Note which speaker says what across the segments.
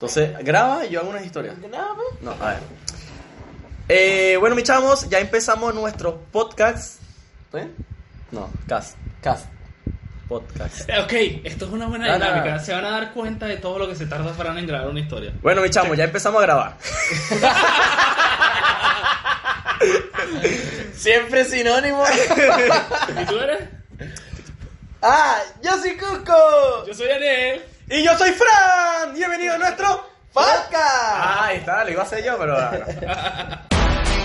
Speaker 1: Entonces, graba y yo hago unas historias.
Speaker 2: Graba.
Speaker 1: No, a ver. Eh, bueno, mis chamos, ya empezamos nuestro podcast.
Speaker 2: ¿Eh?
Speaker 1: No, cast.
Speaker 2: Cas.
Speaker 1: Podcast.
Speaker 3: Ok, esto es una buena
Speaker 1: No, no,
Speaker 3: dinámica.
Speaker 1: no.
Speaker 3: Se van a dar cuenta de todo lo que se tarda Fran en grabar una historia.
Speaker 1: Bueno, mis chamos, ya empezamos a grabar.
Speaker 2: Siempre sinónimo.
Speaker 3: ¿Y tú eres?
Speaker 2: ¡Ah! ¡Yo soy Cusco!
Speaker 3: Yo soy Ariel.
Speaker 1: y yo soy Fran. Bienvenido a nuestro.
Speaker 2: ¡Podcast!
Speaker 1: Ah, ahí está, lo iba a hacer yo, pero. ah, no.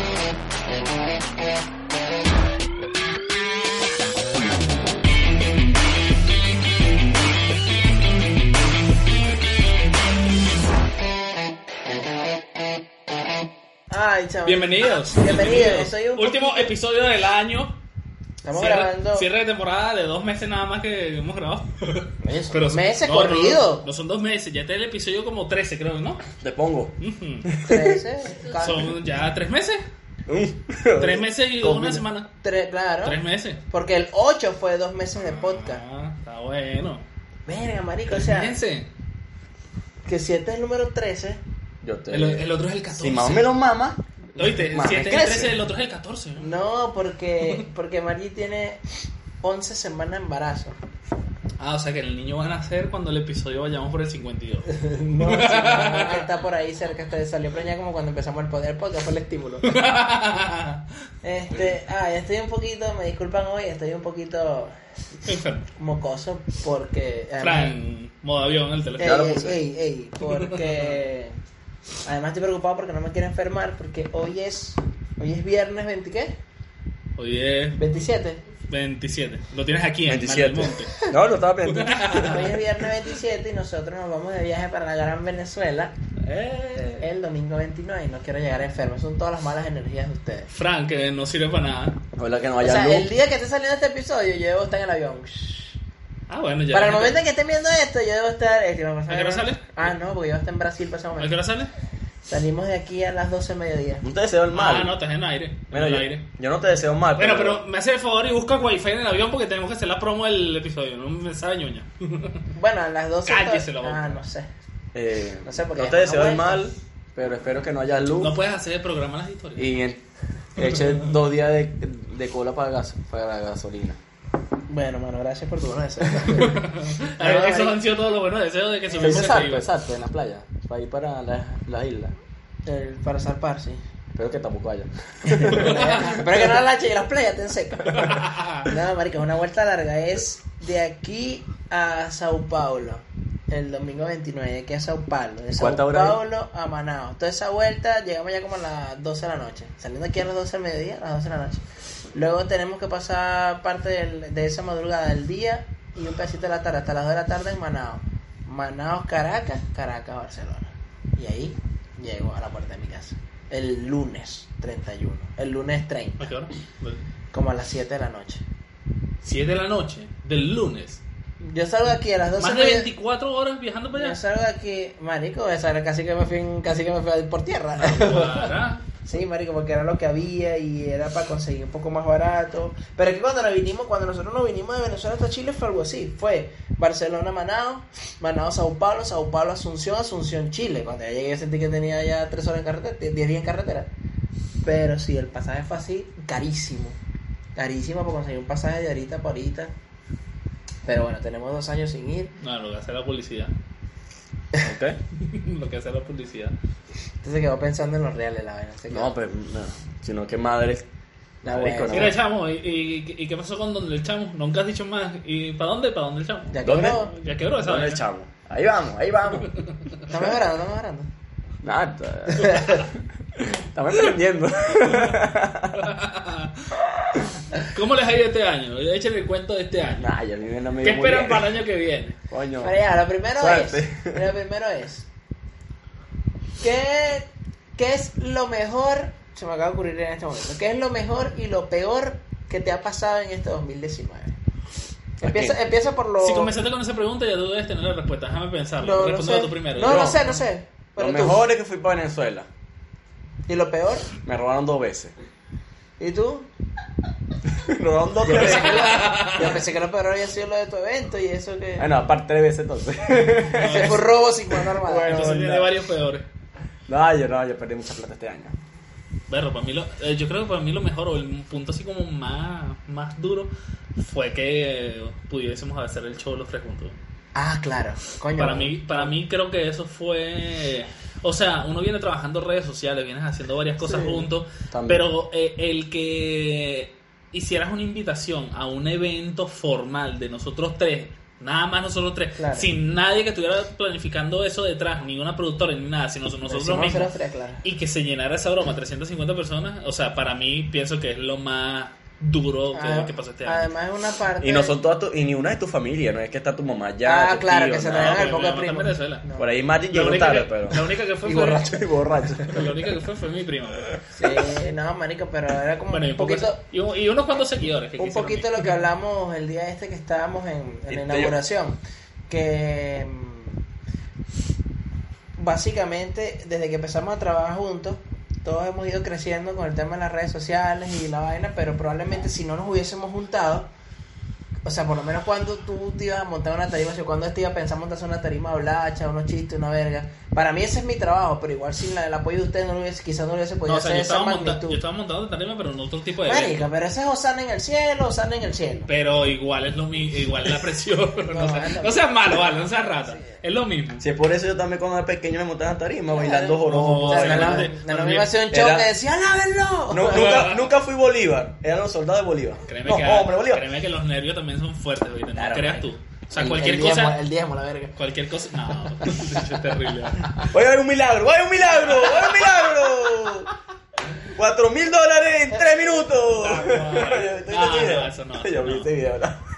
Speaker 2: Ay, chaval.
Speaker 3: Bienvenidos.
Speaker 2: Bienvenidos. Soy un
Speaker 3: Último
Speaker 2: poquito-
Speaker 3: episodio del año.
Speaker 2: Estamos
Speaker 3: Cierre-
Speaker 2: grabando.
Speaker 3: Cierre de temporada de dos meses nada más que hemos grabado.
Speaker 2: Oye, son
Speaker 3: Pero son-
Speaker 2: meses
Speaker 3: no, no, No,
Speaker 2: corrido.
Speaker 3: no son dos meses, ya está el episodio como 13, creo, ¿no?
Speaker 1: Te pongo.
Speaker 3: Ujú.
Speaker 2: Trece, ca-
Speaker 3: Son ya tres meses. Tres
Speaker 1: Tres
Speaker 3: meses y
Speaker 1: Combina.
Speaker 3: una semana.
Speaker 2: tre- claro.
Speaker 3: Tres meses.
Speaker 2: Porque el 8 fue dos meses de podcast.
Speaker 3: Ah, está bueno.
Speaker 2: Venga, marico, o sea,
Speaker 3: Fíjense,
Speaker 2: que si este es el número 13,
Speaker 1: Yo te.
Speaker 3: el, el otro es el 14.
Speaker 1: Si mamá me lo mama.
Speaker 3: Oíste,
Speaker 1: Mame
Speaker 3: si este es el
Speaker 1: crece.
Speaker 3: 13, el otro es el 14. ¿no?
Speaker 2: no, porque porque Marí tiene 11 semanas de embarazo.
Speaker 3: Ah, o sea que el niño va a nacer cuando el episodio vayamos por el 52.
Speaker 2: No, sí, no, que está por ahí cerca, está- salió preñada como cuando empezamos el poder podcast, fue el estímulo. Este, ah, ya estoy un poquito, me disculpan hoy, estoy un poquito
Speaker 3: Enfermo.
Speaker 2: mocoso porque... eh, además-
Speaker 3: Fran, modo avión, el
Speaker 2: Ey,
Speaker 1: Ya lo
Speaker 2: ey,
Speaker 1: puse.
Speaker 2: ey, ey, porque... Además estoy preocupado porque no me quiero enfermar porque hoy es... Hoy es viernes 20, ¿qué?
Speaker 3: Hoy es
Speaker 2: 27.
Speaker 3: 27. Lo tienes aquí en
Speaker 1: 27.
Speaker 3: Monte.
Speaker 1: No, lo estaba pensando.
Speaker 2: Hoy es viernes 27 y nosotros nos vamos de viaje para la Gran Venezuela
Speaker 3: Eh.
Speaker 2: el domingo 29 y no quiero llegar enfermo, son todas las malas energías de ustedes.
Speaker 3: Fran, que no sirve para nada.
Speaker 1: Ojalá que no
Speaker 2: O
Speaker 1: haya
Speaker 2: sea,
Speaker 1: luz.
Speaker 2: el día que esté saliendo este episodio, yo debo estar en el avión.
Speaker 3: Ah, bueno, ya.
Speaker 2: Para el
Speaker 3: la
Speaker 2: momento
Speaker 3: gente-
Speaker 2: en que estén viendo esto, yo debo estar. eh, que vamos
Speaker 3: ¿A qué hora sale?
Speaker 2: Ah, no, porque yo estoy en Brasil para ese
Speaker 3: ¿A qué
Speaker 2: momento.
Speaker 3: hora sale?
Speaker 2: Salimos de aquí a las 12 de mediodía.
Speaker 1: No te deseo el mal.
Speaker 3: Ah, no, estás en aire. en
Speaker 1: Bueno,
Speaker 3: el
Speaker 1: yo,
Speaker 3: aire.
Speaker 1: yo no te deseo mal.
Speaker 3: Bueno, pero me hace el favor y busca wifi en el avión porque tenemos que hacer la promo del episodio. No me sabe ñoña.
Speaker 2: Bueno, a las 12.
Speaker 3: Cállese
Speaker 2: estoy-
Speaker 3: la boca.
Speaker 2: Ah, no sé.
Speaker 1: Eh,
Speaker 2: No sé por qué
Speaker 1: No te
Speaker 2: no
Speaker 1: deseo el
Speaker 2: vuelvo.
Speaker 1: mal, pero espero que no haya luz.
Speaker 3: No puedes hacer el programa las historias.
Speaker 1: Y en- eché dos días de, de cola para, gas, para la gasolina.
Speaker 2: Bueno, mano, gracias por tu buenos deseos.
Speaker 3: A ver,
Speaker 2: No,
Speaker 3: Esos
Speaker 2: vale.
Speaker 3: han sido todos los buenos deseos de que se
Speaker 1: Ah, Sí,
Speaker 3: hubiese
Speaker 1: exacto,
Speaker 3: salido.
Speaker 1: exacto, en la playa, para ir para las las islas.
Speaker 2: El- para zarpar, sí.
Speaker 1: Espero que tampoco haya.
Speaker 2: Pero que no la lache y las playas estén secas. No, marica, es una vuelta larga. Es de aquí a Sao Paulo. El domingo 29, de aquí a Sao Paulo. De Sao
Speaker 1: ¿Cuánta hora es?
Speaker 2: Paulo a Manaus. Toda esa vuelta llegamos ya como a las 12 de la noche. Saliendo aquí a las 12 del mediodía, a las 12 de la noche. Luego tenemos que pasar parte del- de esa madrugada del día y un pedacito de la tarde, hasta las 2 de la tarde en Manaus. Manaus, Caracas, Caracas, Barcelona. Y ahí llego a la puerta de mi casa. El lunes 31. El lunes 30.
Speaker 3: ¿A qué hora?
Speaker 2: Como a las 7 de la noche.
Speaker 3: 7 de la noche, del lunes.
Speaker 2: Yo salgo de aquí a las 12
Speaker 3: Más de 24 horas viajando para
Speaker 2: Yo
Speaker 3: allá.
Speaker 2: salgo de aquí, marico, esa era casi que me fui, en- casi que me fui por tierra.
Speaker 3: Guará.
Speaker 2: sí, marico, porque era lo que había y era para conseguir un poco más barato. Pero es que cuando nos vinimos, cuando nosotros nos vinimos de Venezuela hasta Chile fue algo así. Fue Barcelona, Manaos, Manaos, Sao Paulo, Sao Paulo, Asunción, Asunción, Chile. Cuando ya llegué sentí que tenía ya tres horas en carretera, 10 días en carretera. Pero sí, el pasaje fue así, carísimo. Carísimo para conseguir un pasaje de ahorita para ahorita. Pero bueno, tenemos dos años sin ir.
Speaker 3: No, lo que hace la publicidad.
Speaker 1: ¿Ok?
Speaker 3: lo que hace la publicidad.
Speaker 2: Entonces se quedó pensando en los reales, la vaina. se quedó.
Speaker 1: No, pero no. Sino que madre.
Speaker 2: La
Speaker 1: Marico,
Speaker 2: buena.
Speaker 1: no.
Speaker 3: Mira, chamo, ¿y, y, y qué pasó con donde el chamo? Nunca has dicho más. ¿Y para dónde? ¿Para dónde el chamo?
Speaker 2: Ya
Speaker 1: ¿Dónde?
Speaker 2: quedó.
Speaker 3: Ya quebró esa
Speaker 1: ¿Dónde
Speaker 3: vaina.
Speaker 1: echamos? Ahí vamos, ahí vamos.
Speaker 2: Está mejorando, está mejorando.
Speaker 1: Nada. Estamos aprendiendo.
Speaker 3: ¿Cómo les ha ido este año? Échale el cuento de este año.
Speaker 1: Nah, yo ni no me
Speaker 3: ¿Qué
Speaker 1: dio muy
Speaker 3: esperan
Speaker 1: bien.
Speaker 3: para el año que viene?
Speaker 1: Coño.
Speaker 2: Pero ya, lo primero
Speaker 1: Suerte.
Speaker 2: es. Lo primero es. ¿Qué, ¿Qué es lo mejor? Se me acaba de ocurrir en este momento. ¿Qué es lo mejor y lo peor que te ha pasado en este 2019? Empieza,
Speaker 1: Ok.
Speaker 2: empieza por lo.
Speaker 3: Si comenzaste con esa pregunta, ya tú debes tener la respuesta. Déjame pensarlo.
Speaker 2: lo- no,
Speaker 3: Responde
Speaker 2: sé.
Speaker 3: tú primero.
Speaker 2: no,
Speaker 3: Yo-
Speaker 2: no sé, no sé. Pero
Speaker 1: Lo
Speaker 2: tú.
Speaker 1: mejor es que fui para Venezuela.
Speaker 2: ¿Y lo peor?
Speaker 1: Me robaron dos veces.
Speaker 2: ¿Y tú?
Speaker 4: Nos dan dos
Speaker 2: Yo
Speaker 4: tres.
Speaker 2: pensé, que lo, yo pensé que lo peor había sido lo de tu evento y eso que.
Speaker 1: Bueno, aparte tres veces entonces.
Speaker 2: Ese fue robo sin mano armada.
Speaker 1: Bueno.
Speaker 3: Entonces tiene
Speaker 1: no.
Speaker 3: varios peores.
Speaker 1: No, yo no, yo perdí mucha plata este año.
Speaker 3: Berro, para mí lo- eh, yo creo que para mí lo mejor o el punto así como más, más duro fue que eh, pudiésemos hacer el show los tres juntos.
Speaker 2: Ah, claro. Coño.
Speaker 3: Para mí, para mí creo que eso fue... O sea, uno viene trabajando redes sociales, vienes haciendo varias cosas
Speaker 2: Sí,
Speaker 3: juntos,
Speaker 1: también.
Speaker 3: pero eh, el que hicieras una invitación a un evento formal de nosotros tres, nada más nosotros tres,
Speaker 2: Claro.
Speaker 3: sin nadie que estuviera planificando eso detrás, ni una productora ni nada, sino
Speaker 2: Lo
Speaker 3: nosotros
Speaker 2: hicimos
Speaker 3: mismos,
Speaker 2: nosotros tres, claro.
Speaker 3: y que se llenara esa broma, 350 personas, o sea, para mí pienso que es lo más duro que,
Speaker 2: Ah,
Speaker 3: que pasó este año.
Speaker 2: Además, es una parte.
Speaker 1: Y no son todas tu- y ni una de tu familia, no es que está tu mamá ya.
Speaker 2: Ah,
Speaker 1: tu
Speaker 2: claro,
Speaker 1: tío,
Speaker 2: que se
Speaker 1: nada.
Speaker 2: traen
Speaker 3: pero
Speaker 2: al
Speaker 3: mi
Speaker 2: poco de
Speaker 3: mamá está en
Speaker 2: primo.
Speaker 3: Venezuela.
Speaker 2: No.
Speaker 1: Por ahí Mati
Speaker 3: La
Speaker 1: llegó
Speaker 3: única,
Speaker 1: tarde,
Speaker 3: que,
Speaker 1: pero.
Speaker 3: la única que fue
Speaker 1: Y
Speaker 3: fue-
Speaker 1: borracho, y borracho.
Speaker 3: La única que fue fue mi prima.
Speaker 2: Sí, no, marico, pero era como
Speaker 3: Bueno, y,
Speaker 2: un
Speaker 3: un poco-
Speaker 2: poquito.
Speaker 3: y, un- y unos cuantos seguidores. Que
Speaker 2: un
Speaker 3: quisieron
Speaker 2: poquito
Speaker 3: ir.
Speaker 2: lo que hablamos el día este que estábamos en, en la
Speaker 1: Este-
Speaker 2: inauguración. Que mm, básicamente, desde que empezamos a trabajar juntos, todos hemos ido creciendo con el tema de las redes sociales y la vaina, pero probablemente si no nos hubiésemos juntado, o sea, por lo menos cuando tú te ibas a montar una tarima, o sea, cuando este iba a pensar montarse una tarima hablacha, unos chistes, una verga. Para mí ese es mi trabajo, pero igual sin la- el apoyo de ustedes no lo hubiese, quizás no lo hubiese podido
Speaker 3: No, o sea,
Speaker 2: hacer
Speaker 3: yo
Speaker 2: esa
Speaker 3: estaba, monta-
Speaker 2: magnitud.
Speaker 3: yo estaba montando tarima, pero en otro tipo de.
Speaker 2: Marica, pero ese es Osana en el cielo, Osana en el cielo.
Speaker 3: Pero igual es lo mismo. Igual la presión. no,
Speaker 2: No,
Speaker 3: sea-
Speaker 2: es lo
Speaker 3: no seas malo, vale, no seas rata. Es lo mismo.
Speaker 1: Si es por eso yo también cuando era pequeño me montaba en tarima bailando
Speaker 3: No,
Speaker 1: jorobo.
Speaker 2: O sea,
Speaker 3: no,
Speaker 2: no,
Speaker 1: bailando-
Speaker 2: no,
Speaker 3: no,
Speaker 2: no,
Speaker 3: no,
Speaker 2: me iba a hacer un show
Speaker 1: era-
Speaker 2: que decía, ¡lávenlo!
Speaker 1: No, nunca, nunca fui Bolívar, eran los soldados de Bolívar.
Speaker 3: Créeme,
Speaker 1: no,
Speaker 3: que,
Speaker 1: hombre, Bolívar.
Speaker 3: créeme que los nervios también son fuertes ahorita.
Speaker 1: Claro,
Speaker 3: no creas
Speaker 1: marico.
Speaker 3: tú. O sea,
Speaker 2: El-
Speaker 3: cualquier
Speaker 2: el
Speaker 3: cosa.
Speaker 2: diezmo, el diezmo, la verga.
Speaker 3: Cualquier cosa. No, es terrible.
Speaker 1: Vaya, hay un milagro, vaya un milagro, vaya un milagro. Cuatro mil dólares en tres minutos.
Speaker 3: Ah, bueno.
Speaker 1: Yo vi este
Speaker 3: Ah,
Speaker 1: video.
Speaker 3: no, eso no,
Speaker 1: Yo vi
Speaker 3: no.
Speaker 1: este video, no.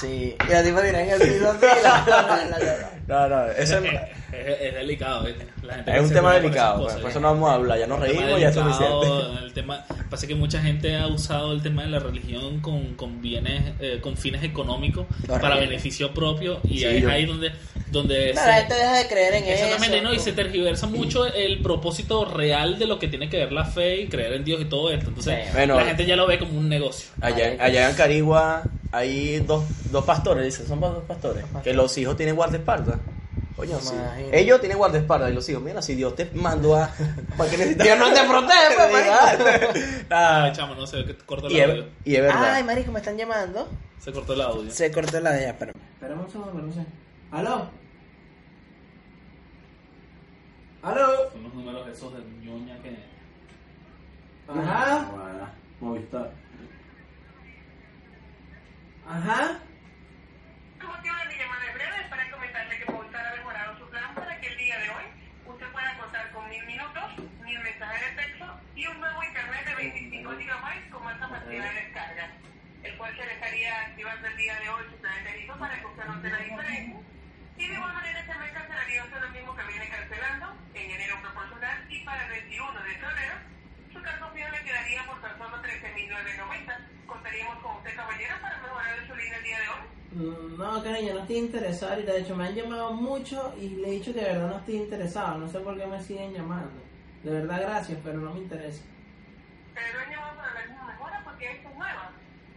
Speaker 2: Sí. Y la tipa dirá en el piso así, la- la- la- la-
Speaker 1: No, no,
Speaker 3: Es,
Speaker 1: ese es,
Speaker 3: es- es delicado. ¿viste? La gente
Speaker 1: es
Speaker 3: que
Speaker 1: un
Speaker 3: se
Speaker 1: tema
Speaker 3: burla por
Speaker 1: delicado, pues,
Speaker 3: esas cosas,
Speaker 1: por
Speaker 3: ¿eh?
Speaker 1: eso no vamos a hablar, ya nos
Speaker 3: El tema
Speaker 1: reímos, ya es
Speaker 3: delicado,
Speaker 1: suficiente.
Speaker 3: El tema, pasa que mucha gente ha usado el tema de la religión con, con bienes, eh, con fines económicos
Speaker 2: Correcto.
Speaker 3: para beneficio propio y
Speaker 1: Sí,
Speaker 3: ahí es
Speaker 1: yo-
Speaker 3: ahí donde, donde
Speaker 2: No,
Speaker 3: se-
Speaker 2: la gente deja de creer en eso.
Speaker 3: exactamente no y se tergiversa mucho el propósito real de lo que tiene que ver la fe y creer en Dios y todo esto. Entonces
Speaker 2: Sí.
Speaker 1: Bueno.
Speaker 3: la gente ya lo ve como un negocio.
Speaker 1: Allá, allá en Carigua hay dos, dos pastores, dicen, son dos pastores,
Speaker 2: pastores.
Speaker 1: que los hijos tienen guardaespaldas. Oye, sí.
Speaker 2: Imagínate.
Speaker 1: ellos tienen guardaespaldas y los hijos, mira, si Dios te mandó a... ¿Para qué necesitas?
Speaker 2: Dios no te protege, pues, marico.
Speaker 1: Ah,
Speaker 3: Ay, chamo, no sé, que corto el
Speaker 1: y, es,
Speaker 3: audio.
Speaker 1: y es verdad.
Speaker 2: Ay, marico, me están llamando.
Speaker 3: Se cortó el audio.
Speaker 2: Se cortó la de ella, espérame. Espérame un segundo, no sé. ¿Aló? ¿Aló?
Speaker 3: Son los números esos de ñoña que...
Speaker 2: Ajá. Ajá.
Speaker 5: Es motivo de mi llamada es breve para comentarle que Movistar ha mejorado su plan para que el día de hoy usted pueda contar con mil minutos, mil mensajes de texto y un nuevo internet de 25 GB con alta facilidad de descarga, el cual se dejaría activando el día de hoy su plan de tarifa para que usted note la diferencia. Y de igual manera también cancelaría usted lo mismo que viene cancelando en enero proporcional y para el 21 de febrero su cartón fijo le quedaría por tan solo 13.990. Contaríamos con usted, caballero, para mejorar su línea el día de hoy.
Speaker 2: Mm, No, cariño, no estoy interesado ahorita. De hecho, me han llamado mucho y le he dicho que de verdad no estoy interesado. No sé por qué me siguen llamando. De verdad, gracias, pero no me interesa.
Speaker 5: Pero no llamado para la misma mejora porque esta es nueva.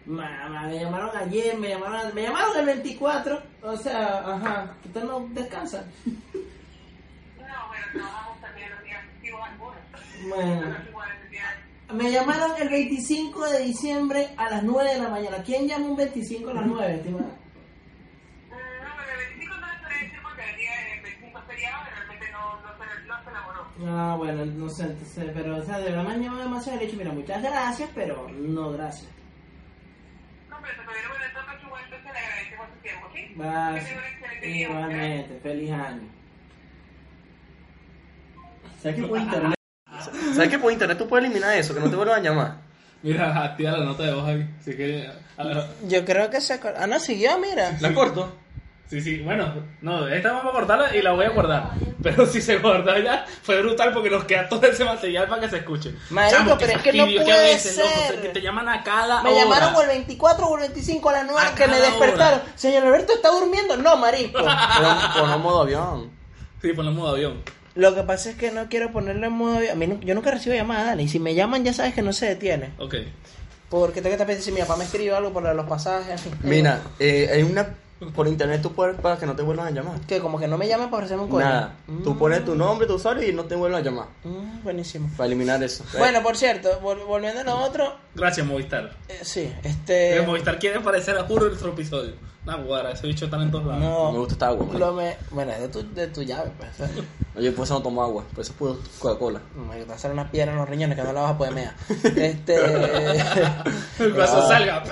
Speaker 2: Ma- ma- Me, llamaron ayer, me llamaron, me llamaron el 24. O sea, ajá, usted no descansa.
Speaker 5: No, pero trabajamos también los días festivos algunos. No
Speaker 2: Bueno,
Speaker 5: nos iguales el día.
Speaker 2: me llamaron el 25 de diciembre a las 9 de la mañana. ¿Quién llama un 25 a las 9, estimada?
Speaker 5: Mm, No, pero el 25 no se decir porque el día del 25 es feriado y realmente no, no, se, no se elaboró.
Speaker 2: Ah, bueno, no sé, entonces, pero, o sea, de verdad me han llamado demasiado. Le he dicho, mira, muchas gracias, pero no gracias.
Speaker 5: No, pero se pudieron ver todo su vuelta se le agradecemos su tiempo, ¿sí? Que
Speaker 2: Vas,
Speaker 5: tenga un excelente día.
Speaker 2: igualmente, feliz año. ¿Sabes que por internet?
Speaker 1: ¿Sabes que por internet tú puedes eliminar eso, que no te vuelvan a llamar?
Speaker 3: Mira, activa la nota de voz aquí. Así que... a ver,
Speaker 2: Yo creo que se acordó. Ah, no, siguió, mira.
Speaker 1: ¿La corto?
Speaker 3: Sí, sí, bueno, no, esta vamos a cortarla y la voy a guardar. Pero si se guarda ya, fue brutal porque nos queda todo ese material para que se escuche.
Speaker 2: Marico,
Speaker 3: Chamo, qué
Speaker 2: pero es que no
Speaker 3: fastidio
Speaker 2: puede
Speaker 3: loco,
Speaker 2: ser.
Speaker 3: que te llaman a cada
Speaker 2: Me
Speaker 3: hora.
Speaker 2: llamaron o el 24 o el 25 a las 9
Speaker 3: A
Speaker 2: que me
Speaker 3: cada
Speaker 2: despertaron.
Speaker 3: hora.
Speaker 2: Señor Alberto está durmiendo. No, marico.
Speaker 1: Pon un modo avión.
Speaker 3: Sí, ponlo en modo avión.
Speaker 2: Lo que pasa es que no quiero ponerle en modo. avión. A mí, nu- yo nunca recibo llamadas, dale. Y si me llaman, ya sabes que no se detiene.
Speaker 3: Ok.
Speaker 2: Porque tengo que estar pensando si mi papá me escribe algo por los pasajes.
Speaker 1: Mira, eh, hay una. Por internet tú puedes para que no te vuelvan a llamar.
Speaker 2: Que como que no me llamen para ofrecerme un coño.
Speaker 1: Nada. Tú
Speaker 2: Mm,
Speaker 1: pones tu nombre, tu usuario y no te vuelvan a llamar.
Speaker 2: mm, buenísimo.
Speaker 1: Para eliminar eso.
Speaker 2: Bueno, por cierto, vol- volviendo a nosotros,
Speaker 3: Gracias, Movistar.
Speaker 2: eh, sí, este.
Speaker 3: Porque Movistar quiere aparecer a juro en nuestro episodio. Nah, guara, ese bicho está en todos lados.
Speaker 1: No me
Speaker 2: No,
Speaker 1: gusta esta agua. marico.
Speaker 2: lo me, bueno, es de tu, de tu llave, pues. o sea,
Speaker 1: Oye, por eso no tomo agua. Por eso es puro Coca-Cola.
Speaker 2: Me va a hacer una piedra en los riñones que no la vas a poder mear. Este.
Speaker 3: El vaso
Speaker 1: Ah.
Speaker 3: salga.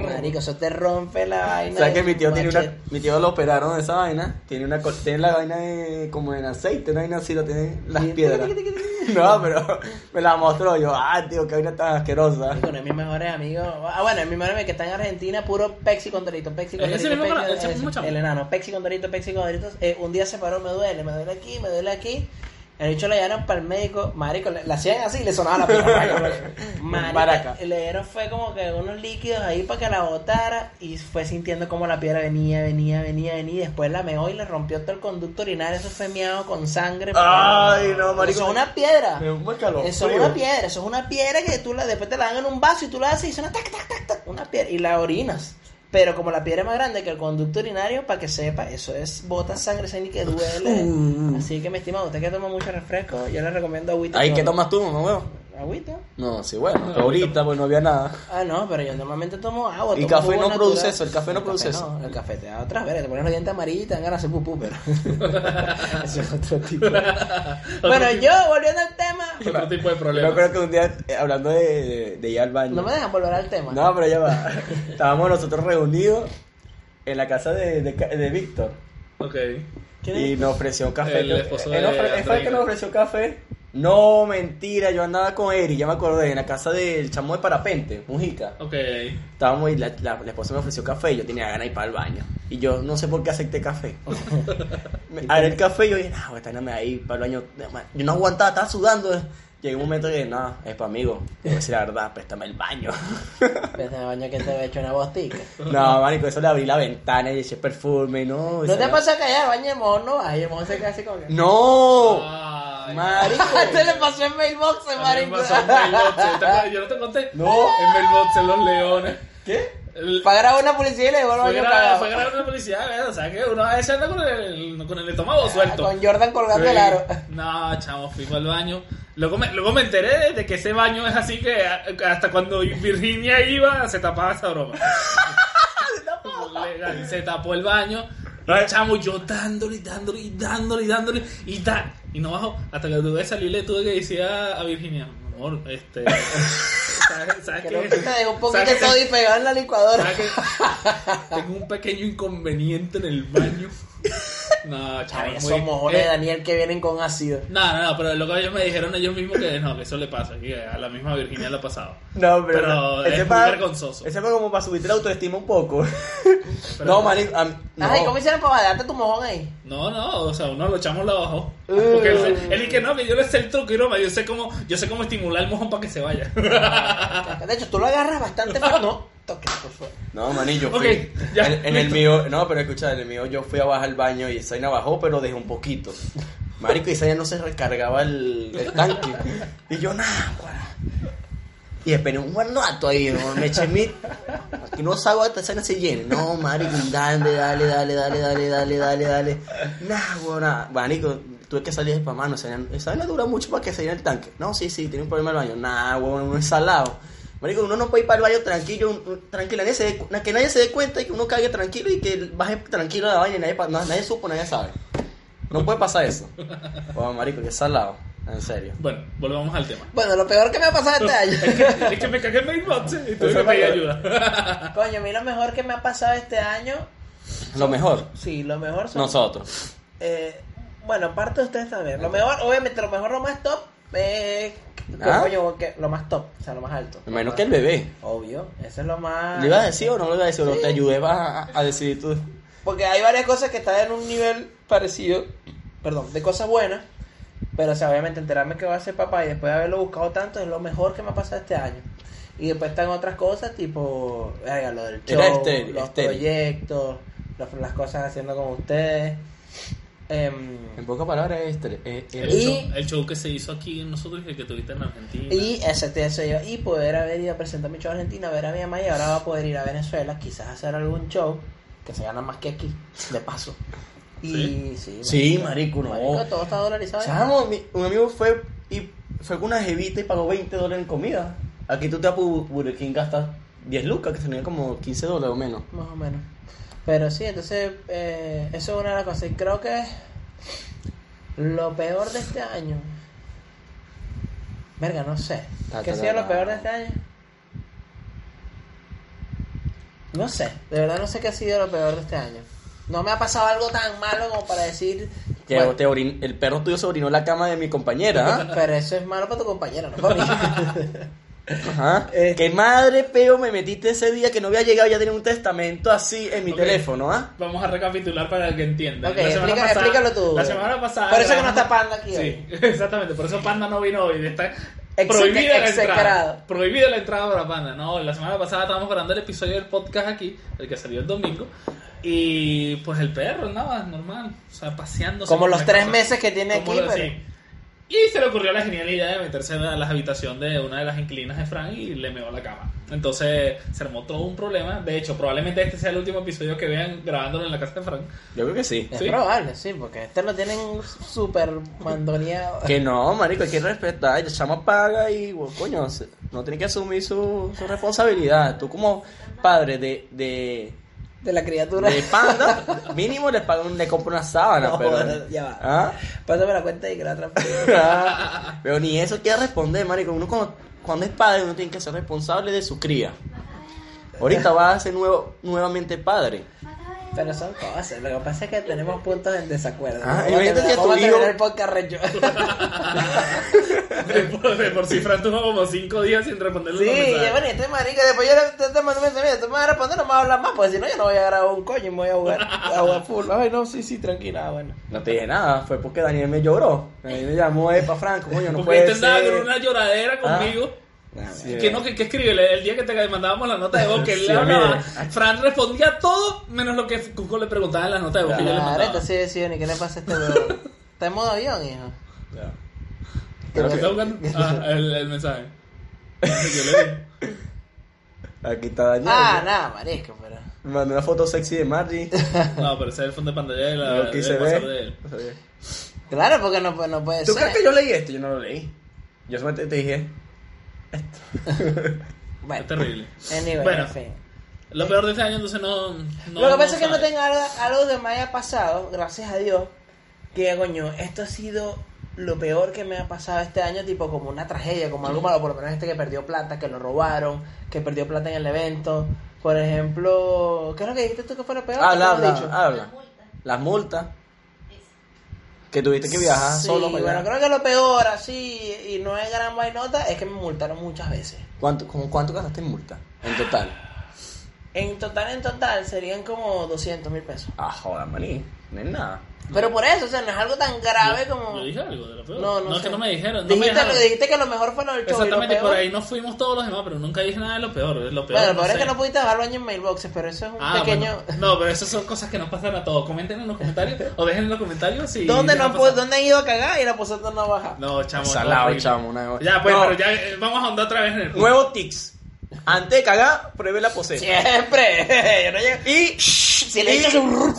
Speaker 2: Marico, eso te rompe la vaina.
Speaker 1: ¿Sabes que
Speaker 2: de
Speaker 1: mi tío
Speaker 2: tu
Speaker 1: tiene una,
Speaker 2: machete.
Speaker 1: mi tío lo operaron de esa vaina? Tiene una col- tiene la vaina de- como en aceite, una vaina así, lo tienen las
Speaker 2: Bien.
Speaker 1: piedras. No, pero me la mostró yo, ah tío, qué vaina tan asquerosa.
Speaker 2: Marico, uno de mis mejores amigos. Ah, bueno, el mismo amigo que está en Argentina, puro Pepsi con Doritos. Pepsi con
Speaker 3: ¿Es ese
Speaker 2: Doritos.
Speaker 3: mismo
Speaker 2: Pepsi
Speaker 3: chamo?
Speaker 2: con-
Speaker 3: ¿Ese mismo chamo?
Speaker 2: el enano, Pepsi con Doritos, Pepsi con Doritos. Eh, un día se paró, me duele, me duele aquí, me duele aquí. El hecho lo llevaron para el médico, marico, le- la hacían así, le sonaba la pierna. marico. Marica,
Speaker 1: Maraca.
Speaker 2: Le dieron fue como que unos líquidos ahí para que la botara y fue sintiendo como la piedra venía, venía, venía, venía. Y después la meó y le rompió todo el conducto urinario, eso fue miado con sangre.
Speaker 1: Ay, no, marico.
Speaker 2: Eso es una piedra.
Speaker 1: Me un calor.
Speaker 2: Eso es una piedra, eso es una piedra que tú la, después te la dan en un vaso y tú la haces y suena tac, tac, tac, tac, una piedra y la orinas. Pero como la piedra es más grande que el conducto urinario, para que sepa, eso es bota sangre, sangre que duele.
Speaker 1: Mm.
Speaker 2: Así que, mi estimado, usted que toma mucho refresco, yo le recomiendo agüita.
Speaker 1: Ahí,
Speaker 2: con-
Speaker 1: ¿qué tomas tú, mamá, huevo?
Speaker 2: Agüita.
Speaker 1: No, sí, bueno,
Speaker 3: No,
Speaker 1: pero ahorita pues no había nada.
Speaker 2: Ah, no, pero yo normalmente tomo agua.
Speaker 1: Y
Speaker 2: tomo
Speaker 1: café
Speaker 2: jugo
Speaker 1: no
Speaker 2: natural.
Speaker 1: produce eso, el café no produce eso.
Speaker 2: no, el café te da otras veras, te pones los dientes amarillos y te dan ganas de hacer pupú, pero. Ese es otro tipo. bueno, yo, volviendo al tema.
Speaker 3: Otro tipo de problema.
Speaker 1: Yo creo que un día, eh, hablando de, de, de ir al baño.
Speaker 2: No me dejan volver al tema.
Speaker 1: No, pero ya va. Estábamos nosotros reunidos en la casa de, de, Ca- de Víctor.
Speaker 3: Ok.
Speaker 2: ¿Quién
Speaker 1: Y
Speaker 2: es?
Speaker 1: nos ofreció café.
Speaker 3: El esposo
Speaker 1: Él ofre-
Speaker 3: de
Speaker 1: él fue el que
Speaker 3: Andreina.
Speaker 1: nos ofreció café. No, mentira, yo andaba con Eri, ya me acordé, en la casa del chamo de parapente, Mujica.
Speaker 3: Ok.
Speaker 1: Estábamos y la, la- la esposa me ofreció café y yo tenía ganas de ir para el baño. Y yo no sé por qué acepté café. me, agarré el café y yo dije, no, esta no me va a ir para el baño. No, man, Yo no aguantaba, estaba sudando. Llegó un momento que dije, no, es para amigo. Te voy a decir la verdad, préstame el baño.
Speaker 2: Pensé en el baño que te había hecho una bostica.
Speaker 1: no, marico, eso le abrí la ventana y le eché perfume,
Speaker 3: Pues
Speaker 1: no.
Speaker 2: ¿No
Speaker 1: esa
Speaker 2: te
Speaker 1: era-
Speaker 2: pasa que allá al baño de mono? Ahí el mono se queda así como que. Oh.
Speaker 1: ¡No!
Speaker 3: Ay,
Speaker 1: marico.
Speaker 2: Este le pasó en mailbox,
Speaker 3: a mí me
Speaker 2: marico.
Speaker 3: pasó en Melbox, ¿te acuerdas? Yo no te conté.
Speaker 1: No.
Speaker 3: En Melbox, en Los Leones.
Speaker 1: ¿Qué?
Speaker 3: El-
Speaker 2: Pagar a una policía y le devuelvo
Speaker 3: Fue
Speaker 2: el baño
Speaker 3: grave, fue
Speaker 2: pagado.
Speaker 3: grave una policía, ¿verdad? O sea que uno a veces anda con el, con el
Speaker 1: Ah,
Speaker 3: estómago suelto.
Speaker 2: Con Jordan colgando el aro.
Speaker 3: No, chamo, fui al baño. Luego me, luego me enteré de que ese baño es así que a- hasta cuando Virginia iba se tapaba esa broma. Legal, se tapó el baño. Y, chamo, yo dándole, y dándole, y dándole, y dándole, y da, y no bajó. Hasta que tuve que salirle, tuve que decir a, a Virginia, amor, este. ¿Sabes, sabes
Speaker 2: Creo
Speaker 3: qué?
Speaker 2: que te dejó un poquito
Speaker 3: ¿Sabes qué?
Speaker 2: todo y pegado en la licuadora.
Speaker 3: ¿Sabes qué? Tengo un pequeño inconveniente en el baño. No,
Speaker 2: A ver,
Speaker 3: chaval.
Speaker 2: esos mojones
Speaker 3: Eh.
Speaker 2: de Daniel que vienen con ácido.
Speaker 3: No, no, no, pero lo que ellos me dijeron ellos mismos que no, que eso le pasa, que a la misma Virginia le ha pasado.
Speaker 1: No, pero,
Speaker 3: Pero
Speaker 1: ese
Speaker 3: es muy
Speaker 1: pa-
Speaker 3: vergonzoso.
Speaker 1: Ese fue como para subirte la autoestima un poco.
Speaker 3: Pero-
Speaker 1: no, marico, a mí- no.
Speaker 2: Ay, ¿cómo hicieron para darte tu mojón ahí?
Speaker 3: No, no, o sea, uno lo echamos lo bajó.
Speaker 2: Eh.
Speaker 3: Porque él, se- él y que no, que yo le sé el truco y broma, yo sé cómo, yo sé cómo estimular el mojón para que se vaya.
Speaker 2: De hecho, tú lo agarras bastante fácil. No, toque, por favor.
Speaker 1: No, manillo.
Speaker 3: Ok, ya,
Speaker 1: en, en el mío, no, pero escucha, en el mío yo fui a bajar al baño y Isaina bajó, pero dejé un poquito. Marico, Isaina no se recargaba el, el tanque. Y yo, nada, guara. Y esperé un guanato ahí, ¿no? me eché mi. Aquí no salgo hasta Isaina se llene. No, marico, dale, dale, dale, dale, dale, dale, dale, dale. Nah, guara. Marico, tuve que salir de pa' mano. Isaina- Isaina dura mucho para que se llene el tanque. No, sí, sí, tiene un problema el baño. Nah, huevón, uno es salado. Marico, uno no puede ir para el baño tranquilo, un- un- tranquila, nadie se dé cu- que nadie se dé cuenta y que uno cague tranquilo y que baje tranquilo a la vaina y nadie, pa- no- nadie supo, nadie sabe. No puede pasar eso. Oh, marico, que salado, en serio.
Speaker 3: Bueno, volvamos al tema.
Speaker 2: Bueno, lo peor que me ha pasado este año.
Speaker 3: Es que, es que me cagué en mailbox eh, y tuve que pedir ayuda.
Speaker 2: Coño, a mí lo mejor que me ha pasado este año.
Speaker 1: Lo mejor,
Speaker 2: Sí, lo mejor son
Speaker 1: nosotros.
Speaker 2: Eh, bueno, aparte de ustedes también. Lo mejor, obviamente, lo mejor, lo más top. Eh,
Speaker 1: ¿Ah?
Speaker 2: coño, que- lo más top, o sea, lo más alto.
Speaker 1: Me imagino que el bebé.
Speaker 2: Obvio, eso es lo más.
Speaker 1: ¿Le ibas a decir o no le ibas a decir? ¿O te ayudé a, a decidir tú?
Speaker 2: Porque hay varias cosas que están en un nivel parecido, perdón, de cosas buenas. Pero, o sea, obviamente, enterarme que va a ser papá y después de haberlo buscado tanto es lo mejor que me ha pasado este año. Y después están otras cosas, tipo, verga, lo del show,
Speaker 1: este, Era estéril,
Speaker 2: los
Speaker 1: estéril.
Speaker 2: proyectos, los- las cosas haciendo con ustedes. Em,
Speaker 1: En pocas palabras, es tre- eh, eh,
Speaker 3: El,
Speaker 2: Y-
Speaker 3: show, el show que se hizo aquí en nosotros y el que tuviste en Argentina.
Speaker 2: Y ese eso yo, y poder haber ido a presentar mi show a Argentina, ver a mi mamá y ahora va a poder ir a Venezuela, quizás hacer algún show que se gana más que aquí, de paso. Y sí,
Speaker 1: Sí, marico, ¿eh? no.
Speaker 2: todo está dolarizado. ¿eh?
Speaker 1: Chamo, mi- un amigo fue y fue con una jevita y pagó 20 dólares en comida. Aquí tú te vas por Burger King gastas 10 lucas, que serían como 15 dólares o menos.
Speaker 2: Más o menos. Pero sí, entonces, eh, eso es una de las cosas. Y creo que lo peor de este año. Verga, no sé.
Speaker 1: Ta,
Speaker 2: ¿Qué ha
Speaker 1: ta,
Speaker 2: sido
Speaker 1: ta,
Speaker 2: lo
Speaker 1: ta.
Speaker 2: peor de este año? No sé, de verdad no sé qué ha sido lo peor de este año. No me ha pasado algo tan malo como para decir.
Speaker 1: Que
Speaker 2: bueno,
Speaker 1: te orin- el perro tuyo se orinó en la cama de mi compañera. ¿ah?
Speaker 2: pero eso es malo para tu compañero, no para mí.
Speaker 1: Ajá.
Speaker 2: Eh.
Speaker 1: Que madre peo me metiste ese día que no había llegado ya tenía un testamento así en mi
Speaker 3: Ok.
Speaker 1: teléfono, ¿ah?
Speaker 3: Vamos a recapitular para el que entienda.
Speaker 2: Ok,
Speaker 3: La semana
Speaker 2: explica-
Speaker 3: pasada-
Speaker 2: explícalo tú.
Speaker 3: La semana pasada.
Speaker 2: Por eso que no
Speaker 3: grabamos-
Speaker 2: está Panda aquí
Speaker 3: Sí,
Speaker 2: hoy.
Speaker 3: exactamente. Por eso Panda no vino hoy. Está
Speaker 2: Exec-
Speaker 3: prohibida la
Speaker 2: execrado.
Speaker 3: entrada. Prohibida la entrada para Panda. No, la semana pasada estábamos grabando el episodio del podcast aquí, el que salió el domingo. Y pues el perro andaba normal, o sea, paseándose.
Speaker 2: Como
Speaker 3: por
Speaker 2: los
Speaker 3: la
Speaker 2: tres
Speaker 3: casa.
Speaker 2: meses que tiene
Speaker 3: Como
Speaker 2: aquí,
Speaker 3: lo-
Speaker 2: pero-
Speaker 3: sí. Y se le ocurrió la genial idea de meterse en la habitación de una de las inquilinas de Frank y le meó la cama. Entonces se armó todo un problema. De hecho, probablemente este sea el último episodio que vean grabándolo en la casa de Frank.
Speaker 1: Yo creo que sí.
Speaker 2: Es
Speaker 3: Sí.
Speaker 2: probable, sí, porque este lo tienen súper mandoneado.
Speaker 1: Que no, marico, hay que respetar. El chamo paga y, bueno, coño, se- no tiene que asumir su, su responsabilidad. Tú como padre de, de,
Speaker 2: De la criatura.
Speaker 1: de panda, mínimo le, paga, un- le compra una sábana,
Speaker 2: No,
Speaker 1: pero...
Speaker 2: ya va.
Speaker 1: ¿Ah?
Speaker 2: Pásame la cuenta y que la transfiero.
Speaker 1: Ah, Pero ni eso quiere responder, marico. Uno cuando, cuando es padre, uno tiene que ser responsable de su cría. Ahorita va a ser nuevo, nuevamente padre.
Speaker 2: Pero son cosas. Lo que pasa es que tenemos puntos en desacuerdo.
Speaker 1: Ah,
Speaker 2: Vamos a
Speaker 1: imagínate
Speaker 2: terminar-
Speaker 1: que tu
Speaker 2: vamos a terminar
Speaker 1: hijo-
Speaker 2: el podcast recho.
Speaker 3: De por, de por sí, Fran tuvo como cinco días sin responderle los
Speaker 2: sí,
Speaker 3: mensajes.
Speaker 2: ya bueno, y este marica, después yo le te, te mando un mensaje, tú me vas a responder, no me vas a hablar más, porque si no yo no voy a grabar un coño y me voy a jugar a jugar full. Ay, no, sí, sí, tranquila, ah, bueno.
Speaker 1: No te dije nada, fue porque Daniel me lloró. Daniel me llamó, epa, Franco, coño, no
Speaker 3: Porque
Speaker 1: puede
Speaker 3: este andaba
Speaker 1: ser. Ah,
Speaker 3: con una
Speaker 2: Ah,
Speaker 3: lloradera conmigo.
Speaker 1: Sí.
Speaker 3: Que no, que, que escribe el día que te mandábamos la nota de voz que él
Speaker 1: Sí,
Speaker 3: le hablaba.
Speaker 1: mire.
Speaker 3: Fran respondía todo menos lo que Cuco le preguntaba en la nota de voz que yo le
Speaker 2: Claro,
Speaker 3: mandaba.
Speaker 2: entonces sí, sí, ni qué le pasa a este weón. Está en modo avión, hijo.
Speaker 1: Pero
Speaker 3: Está buscando- ah, el, el mensaje. Yo le digo.
Speaker 1: Aquí está Daniel.
Speaker 2: Ah, nada, marico, pero.
Speaker 1: Me mandó una foto sexy de Margie.
Speaker 3: No, pero ese es el fondo de pantalla de la,
Speaker 1: Lo
Speaker 3: del
Speaker 1: que se
Speaker 3: WhatsApp de él.
Speaker 1: ve.
Speaker 2: Claro, porque no, puede- no puede
Speaker 1: ¿Tú
Speaker 2: ser.
Speaker 1: crees que yo leí esto? Yo no lo leí. Yo solamente te dije.
Speaker 2: Bueno,
Speaker 3: Es terrible.
Speaker 2: anyway,
Speaker 3: Bueno.
Speaker 2: en fin.
Speaker 3: Lo peor de este año entonces no... no
Speaker 2: lo que pasa es que
Speaker 3: sabe.
Speaker 2: no tengo algo, algo que me haya pasado, gracias a Dios, que coño, esto ha sido lo peor que me ha pasado este año, tipo como una tragedia, como algo malo, por lo menos este que perdió plata, que lo robaron, que perdió plata en el evento. Por ejemplo, ¿qué es lo que dijiste tú que fue lo peor? ¿Qué te
Speaker 1: Habla,
Speaker 2: lo
Speaker 1: habla,
Speaker 2: has dicho?
Speaker 1: habla. Las multas. Que tuviste que viajar
Speaker 2: Sí,
Speaker 1: solo para
Speaker 2: bueno,
Speaker 1: allá.
Speaker 2: creo que lo peor, así, y no es gran vainota, es que me multaron muchas veces.
Speaker 1: ¿Cuánto, como ¿Cuánto gastaste en multa? En total.
Speaker 2: En total, en total, serían como 200 mil pesos.
Speaker 1: Ah, joda, maní. No es nada.
Speaker 2: Pero por eso, o sea, no es algo tan grave como...
Speaker 3: Yo dije algo de lo peor.
Speaker 2: No, no,
Speaker 3: es
Speaker 2: sé.
Speaker 3: que no me dijeron. No me
Speaker 2: Dijiste,
Speaker 3: dejaron.
Speaker 2: lo- dijiste que lo mejor fue lo del show. y lo
Speaker 3: Exactamente,
Speaker 2: peor-
Speaker 3: por ahí nos fuimos todos los demás, pero nunca dije nada de lo peor. es Lo peor
Speaker 2: Bueno, lo peor es
Speaker 3: sé.
Speaker 2: que no pudiste bajar baño en mailboxes, pero eso es un
Speaker 3: Ah,
Speaker 2: pequeño.
Speaker 3: bueno. No, pero esas son cosas que nos pasan a todos. Comenten en los comentarios o dejen en los comentarios si.
Speaker 2: ¿Dónde,
Speaker 3: les
Speaker 2: no
Speaker 3: ha
Speaker 2: han
Speaker 3: pasado.
Speaker 2: pu- ¿Dónde han ido a cagar y la posada no baja?
Speaker 3: No, chamo.
Speaker 1: Salado,
Speaker 3: horrible.
Speaker 1: chamo, una-
Speaker 3: Ya, pues,
Speaker 1: No.
Speaker 3: pero ya eh, vamos a ahondar otra vez en el.
Speaker 1: Nuevo tics. Antes de cagar, pruebe la pose.
Speaker 2: Siempre. Yo no llego.
Speaker 1: Y.
Speaker 2: Si le echas un.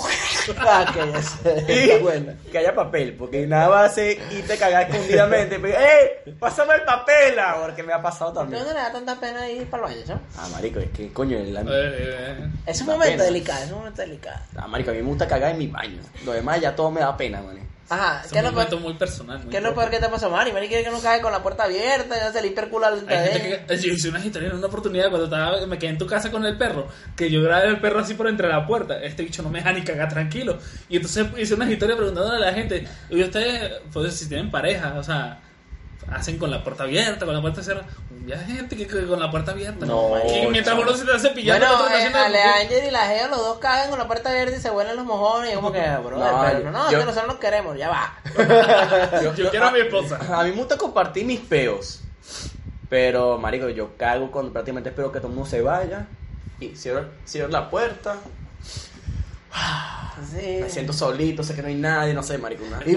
Speaker 2: ah, que ya sé. Está
Speaker 1: Y
Speaker 2: bueno.
Speaker 1: que haya papel, porque nada va a ser irte a cagar escondidamente. Pero, ¡eh! ¡Pásame el papel! Porque me ha pasado
Speaker 2: No
Speaker 1: también.
Speaker 2: no le da tanta pena ir para el baño, ¿no?
Speaker 1: Ah, marico, es que coño, el
Speaker 3: Eh, eh,
Speaker 2: Es un
Speaker 1: Da
Speaker 2: momento
Speaker 1: pena.
Speaker 2: delicado, es un momento delicado.
Speaker 1: Ah, marico, a mí me gusta cagar en mi baño. Lo demás ya todo me da pena, man.
Speaker 2: Ajá,
Speaker 3: es
Speaker 2: ¿qué es
Speaker 3: un
Speaker 2: lo
Speaker 3: momento
Speaker 2: peor?
Speaker 3: muy personal. muy
Speaker 2: ¿Qué es lo
Speaker 3: propio.
Speaker 2: peor que te pasó, Mari? Mari quiere que no cague con la puerta abierta, ya se le hipercula al
Speaker 3: Hay gente que, yo hice una historia en una oportunidad cuando estaba, me quedé en tu casa con el perro, que yo grabé el perro así por entre la puerta. Este bicho no me deja ni cagar tranquilo. Y entonces hice una historia preguntándole a la gente, y ustedes, pues si tienen pareja, o sea, hacen con la puerta abierta, con la puerta cerrada. Ya hay gente que, que con la puerta abierta.
Speaker 1: No,
Speaker 3: y mientras
Speaker 1: chamo.
Speaker 3: uno se está cepillando, el
Speaker 2: Bueno,
Speaker 3: otro está
Speaker 2: eh,
Speaker 3: haciendo
Speaker 2: Ale
Speaker 3: popó.
Speaker 2: Ángel y la Geo, los dos cagan con la puerta abierta y se vuelan los mojones. Y es como que, bro,
Speaker 1: No,
Speaker 2: pero
Speaker 1: yo-
Speaker 2: no, no,
Speaker 1: yo-
Speaker 2: es que nosotros nos queremos, ya va.
Speaker 3: yo, quiero a mi esposa.
Speaker 1: A mí me gusta compartir mis peos. Pero, marico, yo cago cuando prácticamente espero que todo el mundo se vaya. Y cierro, cierro la puerta.
Speaker 2: Sí.
Speaker 1: Me siento solito, sé que no hay nadie, no sé, marico, nada.
Speaker 2: Y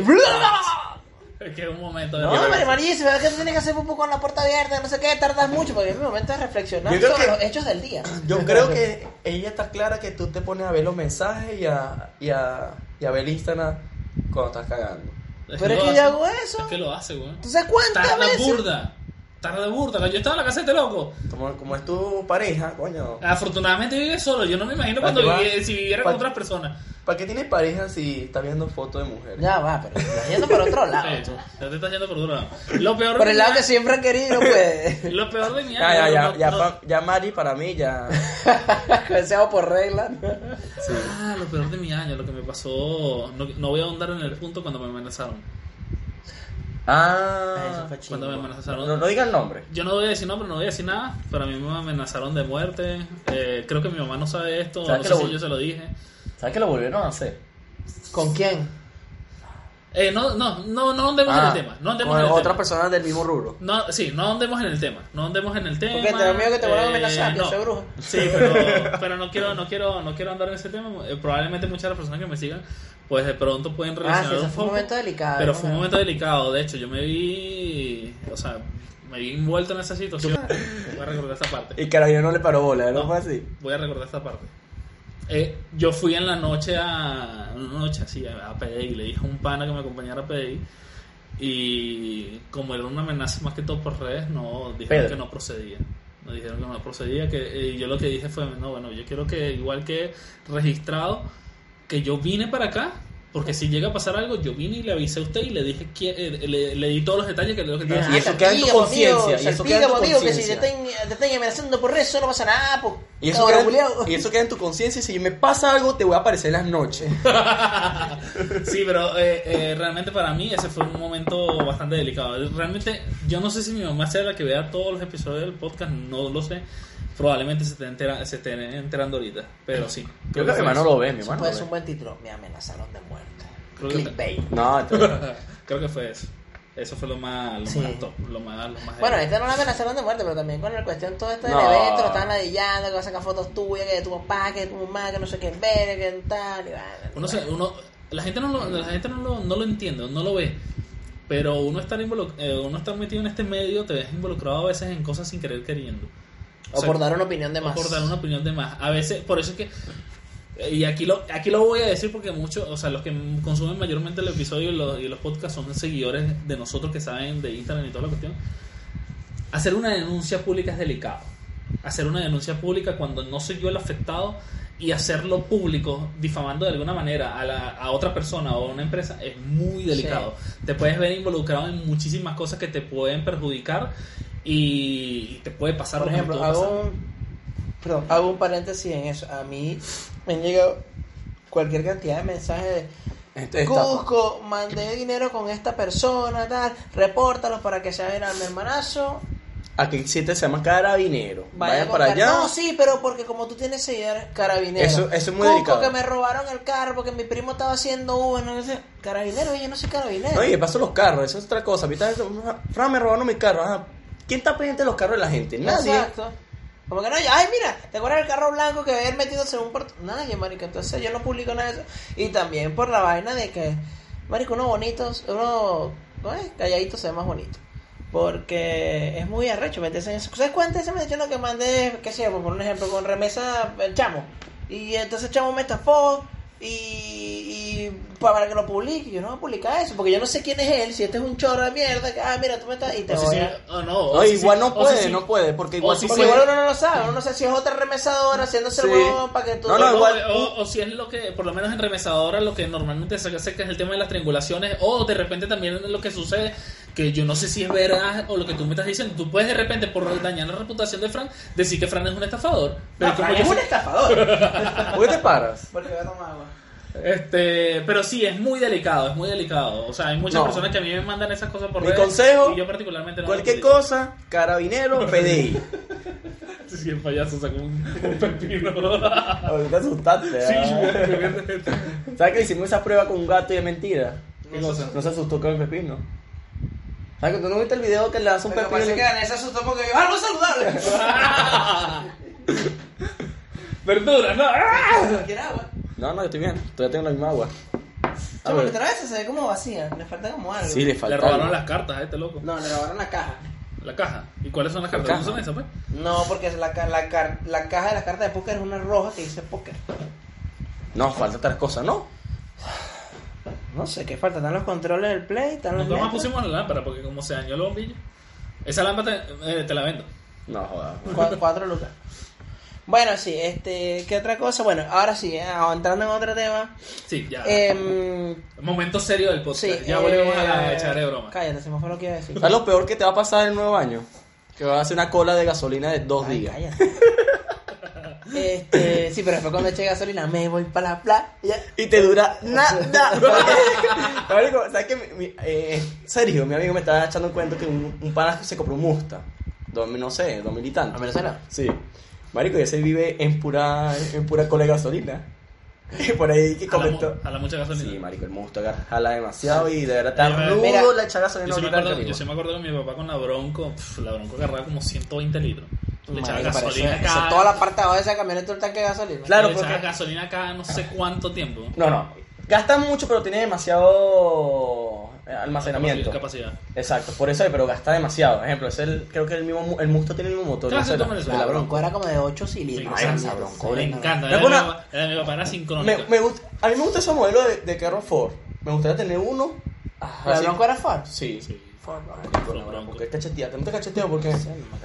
Speaker 3: Es que es un momento. de-
Speaker 2: No, hombre, Maris, ¿verdad que tú tienes que hacer poco con la puerta abierta? No sé qué, tardas mucho, porque es mi momento de reflexionar
Speaker 1: Yo creo
Speaker 2: sobre
Speaker 1: que-
Speaker 2: los hechos del día.
Speaker 1: Yo creo que ella está clara que tú te pones a ver los mensajes y a, y a, y a ver el Instagram cuando estás cagando.
Speaker 3: Es lo
Speaker 2: Pero es que
Speaker 3: hace.
Speaker 2: yo hago eso.
Speaker 3: Es que lo hace, weón.
Speaker 2: ¿Tú sabes cuántas
Speaker 3: Tarda
Speaker 2: veces?
Speaker 3: burda. Tarda burda. Cuando yo estaba en la casa de este loco,
Speaker 1: Como, como es tu pareja, coño.
Speaker 3: afortunadamente vive solo. Yo no me imagino
Speaker 1: ¿Para
Speaker 3: cuando
Speaker 1: qué va?
Speaker 3: vivi- si viviera con
Speaker 1: ¿Para-
Speaker 3: otras personas.
Speaker 1: ¿Para qué tienes pareja si estás viendo fotos de mujeres?
Speaker 2: Ya va, pero estás yendo por otro lado.
Speaker 3: Sí, ya te estás yendo por otro lado. Lo peor
Speaker 2: Por
Speaker 3: de
Speaker 2: el
Speaker 3: mi
Speaker 2: lado
Speaker 3: año-
Speaker 2: que siempre han querido, pues.
Speaker 3: Lo peor de mi
Speaker 1: Ya, ya,
Speaker 3: año,
Speaker 1: ya,
Speaker 3: no-
Speaker 1: ya,
Speaker 3: no-
Speaker 1: pa- ya Mari para mí ya...
Speaker 2: Deseado por regla.
Speaker 3: Ah, lo peor de mi año, lo que me pasó. No, no voy a ahondar en el punto cuando me amenazaron.
Speaker 1: Ah,
Speaker 3: Cuando me amenazaron.
Speaker 1: no, no digan nombre.
Speaker 3: Yo no voy a decir nombre, no voy a decir nada. Pero a mí me amenazaron de muerte. Eh, creo que mi mamá no sabe esto.
Speaker 1: ¿Sabes
Speaker 3: No
Speaker 1: que
Speaker 3: sé
Speaker 1: lo
Speaker 3: si
Speaker 1: vol-
Speaker 3: yo se lo dije.
Speaker 1: ¿Sabes que lo volvieron a hacer?
Speaker 2: ¿Con quién? Ah,
Speaker 3: Eh, no, no, no, no andemos
Speaker 1: Ah,
Speaker 3: en el tema. No andemos
Speaker 1: con
Speaker 3: en el
Speaker 1: otras
Speaker 3: tema.
Speaker 1: personas del mismo rubro.
Speaker 3: No, sí, no andemos en el tema. No andemos en el tema.
Speaker 2: Porque te da miedo que te vuelvan a
Speaker 3: eh,
Speaker 2: amenazar, que
Speaker 3: no.
Speaker 2: soy bruja.
Speaker 3: Sí, pero, pero no quiero, no quiero, no quiero andar en ese tema. Eh, probablemente muchas de las personas que me sigan, pues de pronto pueden
Speaker 2: Ah,
Speaker 3: relacionar
Speaker 2: sí, ese
Speaker 3: un
Speaker 2: fue un
Speaker 3: poco.
Speaker 2: momento delicado.
Speaker 3: Pero
Speaker 2: ¿no?
Speaker 3: fue un momento delicado, de hecho, yo me vi, o sea, me vi envuelto en esa situación. Voy a recordar esta parte.
Speaker 1: Y Carabino no le paró bola, ¿no,
Speaker 3: No.
Speaker 1: fue así?
Speaker 3: Voy a recordar esta parte. Eh, yo fui en la noche a una noche así a, a PDI, le dije a un pana que me acompañara a PDI y como era una amenaza más que todo por redes, no dijeron
Speaker 1: Pedro.
Speaker 3: que no procedía. Nos dijeron que no procedía, que eh, yo lo que dije fue, no, bueno, yo quiero que igual que registrado que yo vine para acá, porque si llega a pasar algo, yo vine y le avisé a usted y le dije, que, eh, le, le di todos los detalles que lo que estaba
Speaker 2: Ah,
Speaker 1: Y eso
Speaker 3: haciendo.
Speaker 1: queda en tu
Speaker 2: salpica, por
Speaker 1: conciencia,
Speaker 2: Dios,
Speaker 1: y eso queda en
Speaker 2: salpica,
Speaker 1: tu
Speaker 2: por Dios, que si te
Speaker 1: conciencia.
Speaker 2: están, te están amenazando por eso, no pasa nada, po.
Speaker 1: Y eso,
Speaker 2: Ahora,
Speaker 1: queda,
Speaker 2: culiao.
Speaker 1: y eso queda en tu conciencia y si me pasa algo te voy a aparecer en las noches.
Speaker 3: Sí, pero eh, eh, realmente para mí ese fue un momento bastante delicado. Realmente yo no sé si mi mamá sea la que vea todos los episodios del podcast, no lo sé. Probablemente se esté, entera- se esté enterando ahorita, pero sí.
Speaker 1: Creo que mi
Speaker 3: fue
Speaker 1: hermano
Speaker 3: eso.
Speaker 1: lo ve, mi
Speaker 2: Eso
Speaker 1: hermano.
Speaker 2: puede ser
Speaker 1: lo
Speaker 2: un
Speaker 1: ve.
Speaker 2: buen título. Me amenazaron de muerte.
Speaker 3: pues. Creo que-
Speaker 2: Clickbait.
Speaker 1: No, entonces-
Speaker 3: Creo que fue eso. Eso fue lo más, lo
Speaker 2: Sí.
Speaker 3: más top, lo más, lo más
Speaker 2: Bueno, esta no la amenazaron de muerte, pero también con la cuestión toda esta del
Speaker 1: No.
Speaker 2: evento, lo estaban ladillando, que van a sacar fotos tuyas, que de tu papá, que de tu mamá, que no sé qué ver, que tal, que tal.
Speaker 3: uno se- uno- la gente no lo, la gente no lo, no lo entiende, no lo ve. Pero uno está uno estar metido en este medio, te ves involucrado a veces en cosas sin querer queriendo.
Speaker 2: O por dar una opinión de
Speaker 3: o
Speaker 2: más.
Speaker 3: por dar una opinión de más. A veces, por eso es que. Y aquí lo, aquí lo voy a decir porque muchos, o sea, los que consumen mayormente el episodio y los, y los podcasts son seguidores de nosotros que saben de Instagram y toda la cuestión. Hacer una denuncia pública es delicado. Hacer una denuncia pública cuando no soy yo el afectado y hacerlo público, difamando de alguna manera a, la- a otra persona o a una empresa, es muy delicado. Te puedes ver involucrado en muchísimas cosas que te pueden perjudicar y, y te puede pasar
Speaker 2: Por
Speaker 3: lo que me
Speaker 2: ejemplo,
Speaker 3: pudo
Speaker 2: hago
Speaker 3: pasar.
Speaker 2: un, perdón, hago un paréntesis en eso. A mí me han llegado cualquier cantidad de mensajes
Speaker 1: Este
Speaker 2: de
Speaker 1: está-
Speaker 2: Cusco, mandé dinero con esta persona, tal, repórtalos para que se hagan mi hermanazo.
Speaker 1: Aquí sí te se llama carabinero. Vayan
Speaker 2: con
Speaker 1: para
Speaker 2: car-
Speaker 1: allá.
Speaker 2: No, sí, pero porque como tú tienes seguidores, carabineros.
Speaker 1: Eso- eso es muy
Speaker 2: Cusco,
Speaker 1: delicado.
Speaker 2: que me robaron el carro porque mi primo estaba haciendo Uber, no sé. Carabinero, yo no soy carabinero.
Speaker 1: No, y de paso los carros, eso es otra cosa. A mí está- Fran, me robaron mi carro. Ajá. ¿Quién está pendiente de los carros de la gente? Nadie.
Speaker 2: Exacto. Como que no, yo, ay, mira, ¿te acuerdas del carro blanco que había metiéndose en un puerto? Nadie, marico, entonces yo no publico nada de eso. Y también por la vaina de que, marico, uno bonito, uno, ¿cómo es? Calladito se ve más bonito. Porque es muy arrecho meterse en eso. ¿Sabes cuántas veces me dijeron lo que mandé, qué sé yo, por poner un ejemplo, con remesa, el chamo? Y entonces el chamo me estafó y, y pa- para que lo publique. Yo no voy a publicar eso, porque yo no sé quién es él, si este es un chorro de mierda, que, ah, mira, tú me estás... Y te
Speaker 3: O si
Speaker 2: voy
Speaker 3: sí,
Speaker 2: a-
Speaker 3: o no, o
Speaker 1: No,
Speaker 3: si
Speaker 1: igual
Speaker 3: sí,
Speaker 1: no
Speaker 3: o si
Speaker 1: puede,
Speaker 3: sí.
Speaker 1: no puede, porque igual
Speaker 3: O si
Speaker 1: sí
Speaker 2: Porque
Speaker 3: sí.
Speaker 1: puede.
Speaker 2: igual uno no lo sabe, uno no sabe si es otra remesadora haciéndose el
Speaker 1: Sí.
Speaker 2: huevón para que tú...
Speaker 1: No,
Speaker 3: O
Speaker 1: no,
Speaker 3: no,
Speaker 1: igual.
Speaker 3: O, o si es lo que, por lo menos en remesadora, lo que normalmente se hace que es el tema de las triangulaciones, o de repente también lo que sucede, que yo no sé si es verdad o lo que tú me estás diciendo, tú puedes de repente, por dañar la reputación de Fran, decir que Fran es un estafador. Pero como yo
Speaker 2: es Ah, un
Speaker 3: sé-
Speaker 2: estafador.
Speaker 1: ¿Por qué te paras?
Speaker 2: Porque voy a tomar agua.
Speaker 3: este, pero sí, es muy delicado, es muy delicado. O sea, hay muchas
Speaker 1: No.
Speaker 3: personas que a mí me mandan esas cosas por
Speaker 1: Mi
Speaker 3: redes,
Speaker 1: consejo,
Speaker 3: y yo particularmente no
Speaker 1: Cualquier
Speaker 3: lo
Speaker 1: cosa, carabinero, PDI.
Speaker 3: utilizo. Sí, el payaso sacó un, un pepino.
Speaker 1: Ahorita asustaste.
Speaker 3: sí,
Speaker 1: ¿ah?
Speaker 3: yo-
Speaker 1: ¿Sabes que hicimos esa prueba con un gato y es mentira?
Speaker 3: ¿Qué cosa?
Speaker 1: No se asustó con el pepino. ¿Sabes que tú no viste el video que le das un
Speaker 2: Lo que
Speaker 1: pepino?
Speaker 2: pasa es que Vanessa asustó porque yo, algo saludable.
Speaker 3: Verduras, no. ¡ah!
Speaker 2: ¿Quieres agua?
Speaker 1: No, no, yo estoy bien. Todavía tengo la misma agua. A
Speaker 2: Chamo, la
Speaker 1: ver.
Speaker 2: otra vez se ve como vacía, le falta como algo.
Speaker 1: Sí, le
Speaker 3: Le
Speaker 1: falta.
Speaker 3: robaron
Speaker 1: algo.
Speaker 3: las cartas a este loco.
Speaker 2: No, le robaron la caja.
Speaker 3: La caja. ¿Y cuáles son las
Speaker 1: La
Speaker 3: cartas? ¿No
Speaker 1: caja.
Speaker 3: son esas, pues?
Speaker 2: No, porque es la, ca- la, car- la caja de las cartas de póker es una roja que dice póker.
Speaker 1: No, falta otras cosas, ¿no?
Speaker 2: No sé qué falta, están los controles del play, están los.
Speaker 3: Nosotros más
Speaker 2: lentes.
Speaker 3: pusimos la lámpara porque como se dañó el bombillo. Esa lámpara te, eh, te la vendo.
Speaker 1: No, jodas.
Speaker 2: Cua- Cuatro, lucas. Bueno, sí, este, ¿qué otra cosa? Bueno, ahora sí, eh, entrando en otro tema.
Speaker 3: Sí,
Speaker 1: Ah.
Speaker 3: ya.
Speaker 2: em,
Speaker 3: Momento serio del podcast.
Speaker 2: sí,
Speaker 3: ya volvemos
Speaker 2: eh,
Speaker 3: a la echar de broma.
Speaker 2: Cállate, se me fue lo que iba a decir.
Speaker 1: ¿Sabes lo peor que te va a pasar el nuevo año? Que vas a hacer una cola de gasolina de dos
Speaker 2: Ay,
Speaker 1: días.
Speaker 2: cállate. Este, sí, pero después cuando eche gasolina me voy para la playa.
Speaker 1: Y te dura nada. Marico, ¿sabes qué? Mi- mi- eh, Sergio, mi amigo me estaba echando un cuento que un, un pana se compró un Musta. no sé, dos mil y tanto.
Speaker 2: ¿A Venezuela?
Speaker 1: Sí. Marico, y ese vive en pura, en pura cola de gasolina. Y por ahí que
Speaker 3: A la, mu-
Speaker 1: comentó.
Speaker 3: a la mucha gasolina.
Speaker 1: Sí, marico, el Musta agarra- jala demasiado y de verdad
Speaker 3: Mira,
Speaker 1: está
Speaker 2: mira,
Speaker 1: rudo la echa gasolina
Speaker 3: Yo sí, me
Speaker 1: ahorita en el
Speaker 3: acuerdo, yo
Speaker 1: camino.
Speaker 3: sí me acuerdo que mi papá con la Bronco, pf, la Bronco agarraba como 120 litros. Le echaba
Speaker 2: Marico, pero eso-
Speaker 3: gasolina
Speaker 2: eso,
Speaker 3: cada.
Speaker 2: toda la parte de abajo de esa camioneta un tanque de gasolina.
Speaker 1: Claro,
Speaker 3: le echaba
Speaker 1: porque-
Speaker 3: gasolina cada no sé cuánto tiempo.
Speaker 1: No, no. Gasta mucho, pero tiene demasiado eh, almacenamiento.
Speaker 3: Capacidad.
Speaker 1: Exacto, por eso, pero gasta demasiado. Por ejemplo, es el, creo que el mismo mu- el Musto tiene el mismo motor.
Speaker 3: Claro,
Speaker 1: ¿no?
Speaker 3: sí,
Speaker 1: la-
Speaker 3: toma eso.
Speaker 1: de la
Speaker 2: La
Speaker 1: Bronco.
Speaker 2: bronco era como de 8
Speaker 3: Sí,
Speaker 2: cilindros.
Speaker 3: esa
Speaker 2: Mierda,
Speaker 1: Bronco,
Speaker 2: sí,
Speaker 3: Me
Speaker 2: no.
Speaker 3: encanta.
Speaker 1: Es
Speaker 3: Era,
Speaker 1: una-
Speaker 3: mi papá- era mi papá, era sincrónica.
Speaker 1: Me, me gust- a mí me gusta ese modelo de, de carro Ford. Me gustaría tener uno.
Speaker 2: La
Speaker 1: así.
Speaker 2: bronco era Ford.
Speaker 1: Sí.
Speaker 3: Sí.
Speaker 2: Ford, no, eh.
Speaker 1: Con la Bronco. ¿Qué cacheteaste? ¿No te cacheteo? ¿Por qué?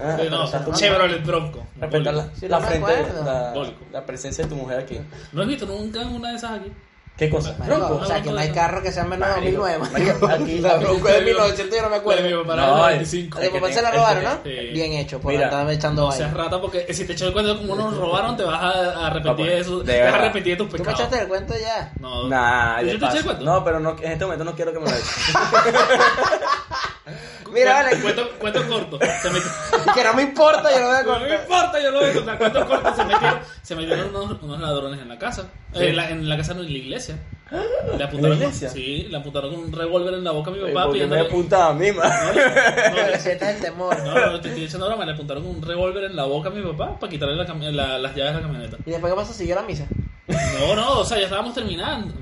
Speaker 1: Ah,
Speaker 3: Sí,
Speaker 1: o sea, tú-
Speaker 3: no, Chevrolet Bronco.
Speaker 1: Respetar la,
Speaker 2: Sí,
Speaker 1: la
Speaker 2: no me
Speaker 1: frente,
Speaker 2: acuerdo.
Speaker 1: la,
Speaker 3: Bólico.
Speaker 1: la presencia de tu mujer aquí.
Speaker 3: ¿No has visto nunca una de esas aquí?
Speaker 1: ¿Qué cosa?
Speaker 2: Marico,
Speaker 1: ¿Bronco?
Speaker 2: o sea, que no hay
Speaker 3: Marico.
Speaker 2: carro que sea menos de
Speaker 1: Marico.
Speaker 2: 2009.
Speaker 1: Marico, aquí-
Speaker 2: la bronco es de
Speaker 3: Sí,
Speaker 2: 1900, yo no me
Speaker 3: Bueno,
Speaker 2: acuerdo.
Speaker 3: mi papá
Speaker 1: No, el-
Speaker 3: era de 25.
Speaker 2: A tu papá
Speaker 1: que
Speaker 2: se la
Speaker 1: te-
Speaker 2: robaron, ¿no?
Speaker 3: Sí.
Speaker 2: Bien hecho, por
Speaker 1: Mira,
Speaker 2: andar echando
Speaker 3: O sea,
Speaker 2: vaina.
Speaker 3: rata, porque eh, si te echó el cuento como nos robaron, te vas a, a arrepentir
Speaker 1: No, pues,
Speaker 3: de eso.
Speaker 1: de
Speaker 3: te vas a
Speaker 1: verdad.
Speaker 3: arrepentir de tus
Speaker 2: ¿Tú me
Speaker 3: pecados.
Speaker 2: echaste el cuento ya?
Speaker 3: No.
Speaker 1: Nah,
Speaker 3: ¿Yo
Speaker 1: de
Speaker 3: te eché
Speaker 1: paso.
Speaker 3: el cuento?
Speaker 1: No, pero no, en este momento no quiero que me lo eches.
Speaker 2: Mira, vale.
Speaker 3: Cuento, cuento corto. Se metió-
Speaker 2: Que no me importa, yo no voy a
Speaker 3: No me
Speaker 2: contar.
Speaker 3: importa, yo lo voy a contar. Cuento corto. Se metieron, se metieron unos, unos ladrones en la casa. Eh, en, la, en la casa, no, en la iglesia. Le apuntaron,
Speaker 1: iglesia?
Speaker 3: Sí, le apuntaron con un revólver en la boca a mi papá.
Speaker 1: Eh, Porque me
Speaker 3: pidiéndole-
Speaker 1: apunta a mí, man.
Speaker 3: No,
Speaker 2: Ese es el temor.
Speaker 3: No, no, te estoy echando broma, le apuntaron un revólver en la boca a mi papá para quitarle la cami- la- las llaves de la camioneta.
Speaker 2: ¿Y después qué pasó? ¿Siguió la misa?
Speaker 3: No, no, o sea, ya estábamos terminando.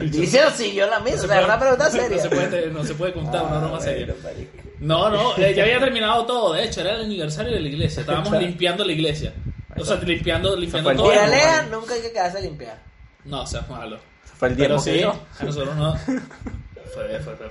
Speaker 2: Dice, siguió la misa. O sea, es una pregunta
Speaker 3: No se
Speaker 2: seria.
Speaker 3: puede, no se puede contar una broma seria.
Speaker 1: Bueno, marico.
Speaker 3: No, no, eh, ya había terminado todo, de hecho, era el aniversario de la iglesia, estábamos limpiando la iglesia. O sea, limpiando, limpiando
Speaker 1: fue el
Speaker 3: todo.
Speaker 1: día. ¿eh?
Speaker 2: Moraleja, nunca hay que quedarse a limpiar.
Speaker 3: No, o sea, malo.
Speaker 1: Fue el
Speaker 3: Pero
Speaker 1: tiempo
Speaker 3: sí,
Speaker 1: que dio.
Speaker 3: a nosotros no. Fue, fue,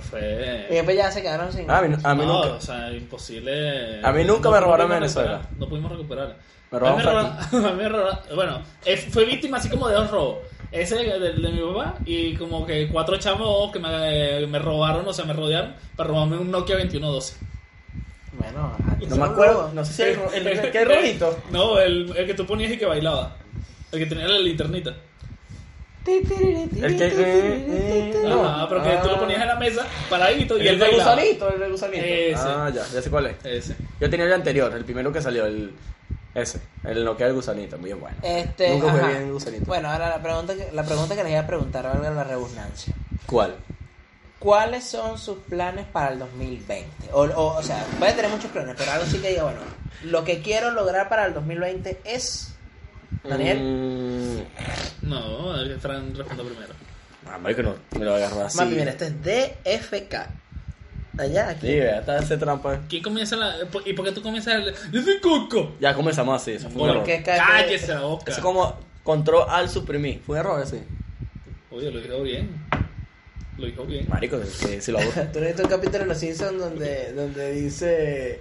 Speaker 3: fue.
Speaker 2: Y
Speaker 3: fue.
Speaker 2: después ya se quedaron sin.
Speaker 1: Ah, A mí, a mí
Speaker 3: no,
Speaker 1: nunca.
Speaker 3: o sea, imposible.
Speaker 1: A mí nunca me robaron
Speaker 3: pudimos
Speaker 1: en Venezuela.
Speaker 3: recuperar, No pudimos recuperar.
Speaker 1: Me robaron
Speaker 3: A mí robaron- a mí me robaron- Bueno, eh, fue víctima así como de dos robos. Ese de, de- de mi papá y como que cuatro chamos que me, me robaron, o sea, me rodearon para robarme un Nokia 2112.
Speaker 2: Bueno, ah,
Speaker 1: No me acuerdo. No sé si el, el, el- ¿qué rojito.
Speaker 3: No, el, el que tú ponías y que bailaba. El que tenía la linternita.
Speaker 1: El que. eh, eh, no. Ah.
Speaker 3: Ajá, pero que tú lo ponías en la mesa, paradito, y
Speaker 1: El
Speaker 3: él
Speaker 1: del
Speaker 3: bailaba.
Speaker 1: gusanito, el del gusanito.
Speaker 3: Ese.
Speaker 1: Ah, ya, ya sé cuál es.
Speaker 3: Ese.
Speaker 1: Yo tenía el anterior, el primero que salió, el. Ese, el Nokia del gusanito, muy bueno.
Speaker 2: Este,
Speaker 1: Nunca jugué
Speaker 2: ajá.
Speaker 1: bien el gusanito.
Speaker 2: Bueno, ahora la pregunta, que, la pregunta que les iba a preguntar, valga la redundancia.
Speaker 1: ¿Cuál?
Speaker 2: ¿Cuáles son sus planes para el 2020? O, o, o sea, voy a tener muchos planes, pero algo sí que diga, bueno, lo que quiero lograr para el 2020 es... Daniel,
Speaker 1: Mm,
Speaker 3: No, el que Fran respondió primero.
Speaker 1: ah, marico, no, me lo agarró así.
Speaker 2: mami, mira, este. esto es DFK. Allá, aquí.
Speaker 1: Sí, vea, está ese trampa.
Speaker 3: ¿Quién comienza la.? ¿Y por qué tú comienzas el.? ¡Yo soy Coco!
Speaker 1: Ya comenzamos así, eso fue un error.
Speaker 2: Porque-
Speaker 1: Eso
Speaker 2: error.
Speaker 3: Cállese la boca.
Speaker 1: es como control al suprimir, fue un error ese.
Speaker 3: Oye, lo dijo bien. Lo dijo bien.
Speaker 1: Marico, que si lo hago.
Speaker 2: Tú no viste un capítulo de Los Simpsons donde, donde dice.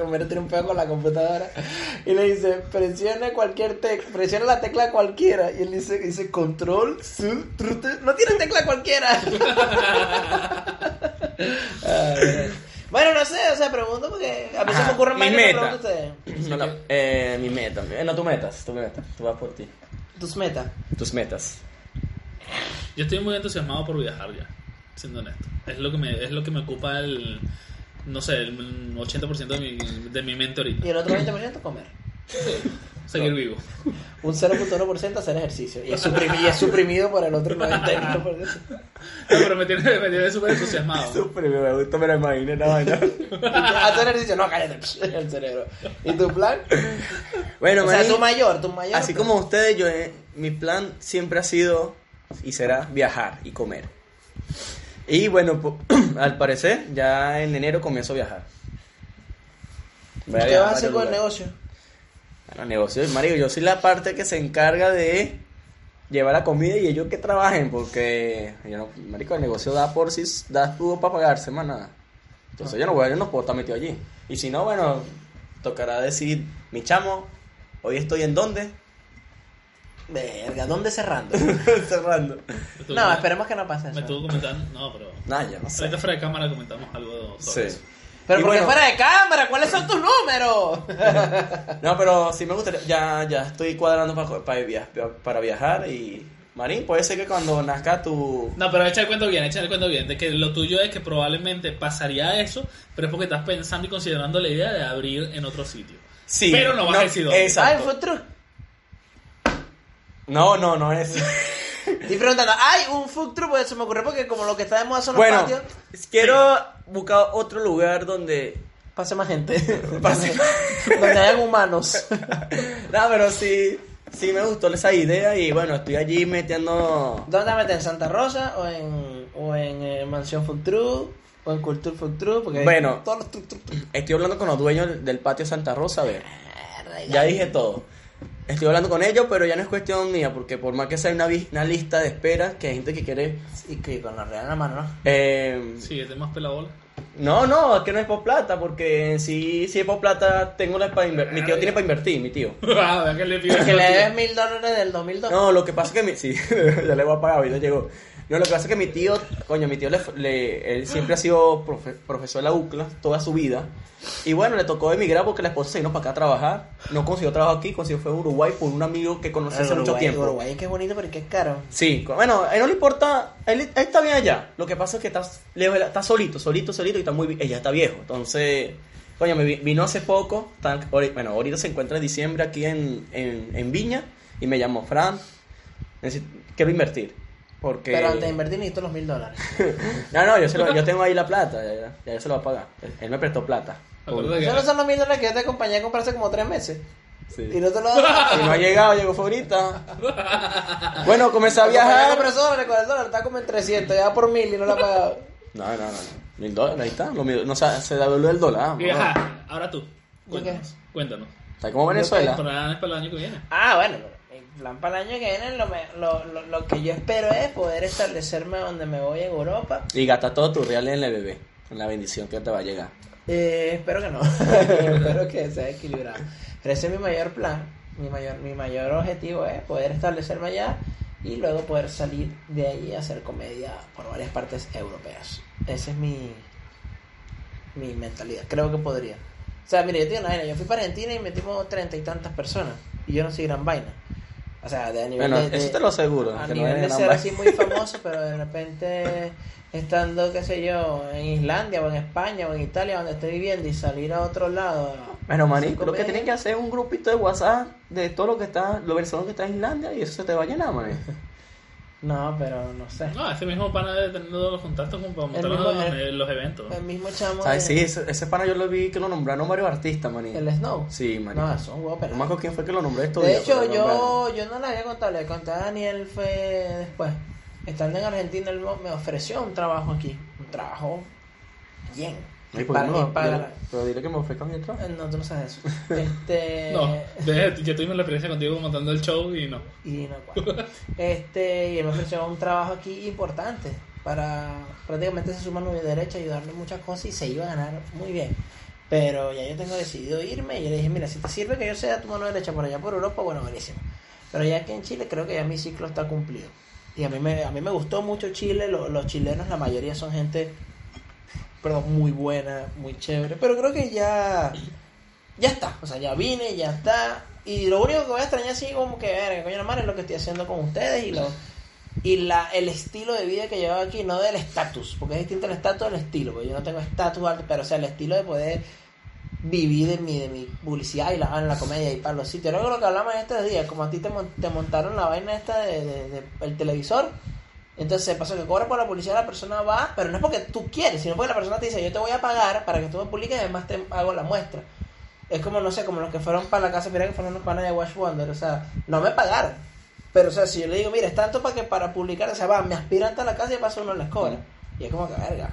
Speaker 2: Homero tiene un pedo con la computadora y le dice: presiona cualquier tecla, presiona la tecla cualquiera. Y él dice: dice control, sur, trute. No tiene tecla cualquiera. Ay, bueno, no sé, o sea, pregunto porque a mí se me
Speaker 1: Ajá,
Speaker 2: ocurre más
Speaker 1: mi
Speaker 2: que
Speaker 1: meta.
Speaker 2: pregunto a ustedes.
Speaker 1: No, no, eh, mi meta, eh, no tu metas, tu metas, tú vas por ti.
Speaker 2: Tus metas.
Speaker 1: Tus metas.
Speaker 3: Yo estoy muy entusiasmado por viajar ya, siendo honesto. Es lo que me, es lo que me ocupa el. No sé, el 80% de mi, de mi mente ahorita.
Speaker 2: Y el otro 20% comer.
Speaker 3: seguir vivo.
Speaker 2: Un 0.1% hacer ejercicio. Y es, suprimi- y es suprimido por el otro 99%.
Speaker 3: No, pero me tiene, me tiene súper entusiasmado.
Speaker 1: Súper, me gusta, me lo imaginé, no, no.
Speaker 2: Y tú, Hacer ejercicio, no, cállate, el cerebro. ¿Y tu plan?
Speaker 1: Bueno,
Speaker 2: O sea,
Speaker 1: marico,
Speaker 2: tu mayor, tu mayor.
Speaker 1: así como ustedes, yo, eh, mi plan siempre ha sido y será viajar y comer. Y bueno, po- al parecer, ya en enero comienzo a viajar. Voy
Speaker 2: ¿Qué
Speaker 1: viajar
Speaker 2: vas a
Speaker 1: varios
Speaker 2: hacer con el
Speaker 1: lugares.
Speaker 2: negocio?
Speaker 1: Bueno, negocios, marico, yo soy la parte que se encarga de llevar la comida y ellos que trabajen, porque yo no, marico, el negocio da por si da todo para pagarse más nada. Entonces yo no voy, yo no puedo estar metido allí. Y si no, bueno, tocará decir, mi chamo, hoy estoy en dónde?
Speaker 2: Verga, ¿dónde cerrando?
Speaker 1: Cerrando.
Speaker 2: No, esperemos que no pase
Speaker 3: Me
Speaker 2: eso.
Speaker 3: estuvo comentando. No, pero.
Speaker 1: Nada, ya no sé.
Speaker 3: Ahorita fuera de cámara comentamos algo sobre
Speaker 1: Sí.
Speaker 3: eso.
Speaker 2: Pero
Speaker 1: Y
Speaker 2: porque
Speaker 1: bueno,
Speaker 2: fuera de cámara, ¿cuáles son tus números?
Speaker 1: No, pero sí me gustaría, ya, ya estoy cuadrando para, para, via- para viajar y... Marín, puede ser que cuando nazca tu...
Speaker 3: No, pero echa el cuento bien, echa el cuento bien. De que lo tuyo es que probablemente pasaría eso, pero es porque estás pensando y considerando la idea de abrir en otro sitio.
Speaker 1: Sí,
Speaker 3: Pero no vas a decir dónde.
Speaker 2: Ah, el
Speaker 1: Exacto.
Speaker 2: food truck.
Speaker 1: No, no, no es...
Speaker 2: Y preguntando, hay un food truck, pues se me ocurrió porque como lo que está de moda son los
Speaker 1: Bueno,
Speaker 2: patios,
Speaker 1: quiero buscar otro lugar donde.
Speaker 2: pase más gente.
Speaker 1: Pase-
Speaker 2: Donde hayan humanos.
Speaker 1: No, pero sí, sí me gustó esa idea y bueno, estoy allí metiendo.
Speaker 2: ¿Dónde te metes? ¿En Santa Rosa o en, o en eh, Mansión Food Truck? ¿O en Culture Food Truck? Porque hay
Speaker 1: Bueno.
Speaker 2: todos los truck, truck, truck.
Speaker 1: Estoy hablando con los dueños del patio Santa Rosa, a ver. Ya dije todo. Estoy hablando con ellos, pero ya no es cuestión mía, porque por más que sea una, vi- una lista de espera, que hay gente que quiere.
Speaker 2: Y que con la real en la mano, ¿no?
Speaker 1: eh,
Speaker 3: Sí, es de más pelabola.
Speaker 1: No, no, es que no es por plata, porque si, si es por plata, tengo la para invertir. Mi tío tiene para invertir, mi tío.
Speaker 3: Ah, vea que le pido
Speaker 2: Que le debes mil dólares del 2002.
Speaker 1: No, lo que pasa es que mi... Sí, ya le voy a pagar, ahorita llegó. No, lo que pasa es que mi tío, coño, mi tío le, le- él siempre ha sido profe- profesor de la UCLA toda su vida. Y bueno, le tocó emigrar porque la esposa se vino para acá a trabajar. No consiguió trabajo aquí, consiguió fue a Uruguay por un amigo que conocí
Speaker 2: El
Speaker 1: hace mucho
Speaker 2: Ah, Uruguay,
Speaker 1: tiempo.
Speaker 2: Uruguay es que es bonito, pero es que es caro.
Speaker 1: Sí, co- bueno, a él no le importa, él, él está bien allá. Lo que pasa es que está, lejos de la- está solito, solito, solito y está muy, vi- ella está viejo. Entonces, coño, me vi- vino hace poco, está- ahori- bueno, ahorita se encuentra en diciembre aquí en, en, en Viña y me llamó Fran. neces- Quiero invertir. Porque...
Speaker 2: Pero antes de invertir necesito los mil dólares.
Speaker 1: No, no, yo, se lo- yo tengo ahí la plata, ya, ya, ya se lo va a pagar. Él, él me prestó plata.
Speaker 3: Acuérdate que-
Speaker 2: Esos no son los mil dólares que yo te acompañé a comprarse como tres meses. Y
Speaker 1: Sí.
Speaker 2: no te lo das.
Speaker 1: Y no ha llegado, llegó fue ahorita. Bueno, comencé a viajar.
Speaker 2: Pero dólares, con el dólar está como en 300, ya por mil y no lo ha pagado.
Speaker 1: No, no, no. no. Mil dólares, ahí está. Lo mío- no, o sea, se devaluó el dólar. ah,
Speaker 3: Y,
Speaker 1: bueno.
Speaker 3: ajá, ahora tú. Cuéntanos. Cuéntanos.
Speaker 1: Está como Venezuela.
Speaker 3: Para para el año que viene.
Speaker 2: Ah, bueno, mi plan para el año que viene, lo, me- lo, lo, lo que yo espero es poder establecerme donde me voy en Europa.
Speaker 1: Y gasta todo tu real en el bebé. En la bendición que te va a llegar.
Speaker 2: Eh, espero que no, espero que sea equilibrado. Pero ese es mi mayor plan, mi mayor, mi mayor objetivo es poder establecerme allá y luego poder salir de ahí a hacer comedia por varias partes europeas. Esa es mi, mi mentalidad, creo que podría. O sea, mire, yo tengo una vaina, yo fui para Argentina y metimos treinta y tantas personas y yo no soy gran vaina. O sea, de a nivel
Speaker 1: Bueno,
Speaker 2: de- de-
Speaker 1: eso te lo aseguro.
Speaker 2: a
Speaker 1: que no
Speaker 2: nivel
Speaker 1: es
Speaker 2: de
Speaker 1: gran
Speaker 2: ser
Speaker 1: vaina.
Speaker 2: así muy famoso, pero de repente estando, qué sé yo, en Islandia o en España o en Italia, donde estoy viviendo, y salir a otro lado.
Speaker 1: Bueno,
Speaker 2: Cinco
Speaker 1: marico, lo que
Speaker 2: meses.
Speaker 1: tienes que hacer es un grupito de WhatsApp de todo lo que está, lo versado que está en Islandia y eso se te va a llenar, marico.
Speaker 2: No, pero no sé.
Speaker 3: No, este mismo pana debe tener todos los contactos como para montar
Speaker 2: mismo-
Speaker 3: los,
Speaker 2: el-
Speaker 3: los eventos.
Speaker 2: El mismo chamo.
Speaker 1: ¿Sabes?
Speaker 2: de-
Speaker 1: Sí, ese, ese pana yo lo vi que lo nombraron varios artistas, marico.
Speaker 2: El Snow.
Speaker 1: Sí, marico.
Speaker 2: No, eso es un huevo
Speaker 1: No me
Speaker 2: pelado.
Speaker 1: acuerdo quién fue que lo nombré esto.
Speaker 2: De hecho, yo, yo no le había contado, le conté a Daniel fue después. Estando en Argentina, él me ofreció un trabajo aquí. Un trabajo bien.
Speaker 1: para
Speaker 2: para mí, para.
Speaker 1: Pero dile que me ofrezcan el trabajo.
Speaker 2: Eh, No, tú no sabes eso. Este.
Speaker 3: No, de- ya tuvimos la experiencia contigo montando el show y no.
Speaker 2: Y no cuadra. Este, y él me ofreció un trabajo aquí importante para prácticamente se suma a mi derecho, ayudarme en muchas cosas y se iba a ganar muy bien. Pero ya yo tengo decidido irme y yo le dije, mira, si te sirve que yo sea tu mano derecha por allá por Europa, bueno, buenísimo. Pero ya aquí en Chile creo que ya mi ciclo está cumplido. Y a mí me, a mí me gustó mucho Chile, lo- los chilenos la mayoría son gente, perdón, muy buena, muy chévere, pero creo que ya ya está, o sea, ya vine, ya está. Y lo único que voy a extrañar así como que, verga, coño, la madre, es lo que estoy haciendo con ustedes y lo y la el estilo de vida que llevaba aquí, no del estatus, porque es distinto el estatus al estilo, porque yo no tengo estatus alto, pero o sea, el estilo de poder viví de mi, de mi publicidad y la en la comedia y para los sitios. Luego lo que hablamos en estos días, como a ti te, mon- te montaron la vaina esta de, de- de- el televisor, entonces pasó que cobra por la publicidad, la persona va, pero no es porque tú quieres, sino porque la persona te dice, yo te voy a pagar para que tú me publiques y además te hago la muestra. Es como, no sé, como los que fueron para la casa, mira que fueron los panas de Wash Wonder, o sea, no me pagaron. Pero, o sea, si yo le digo, mira, es tanto para que para publicar, o sea, va, me aspiran hasta la casa y paso uno les cobra. Y es como que, verga.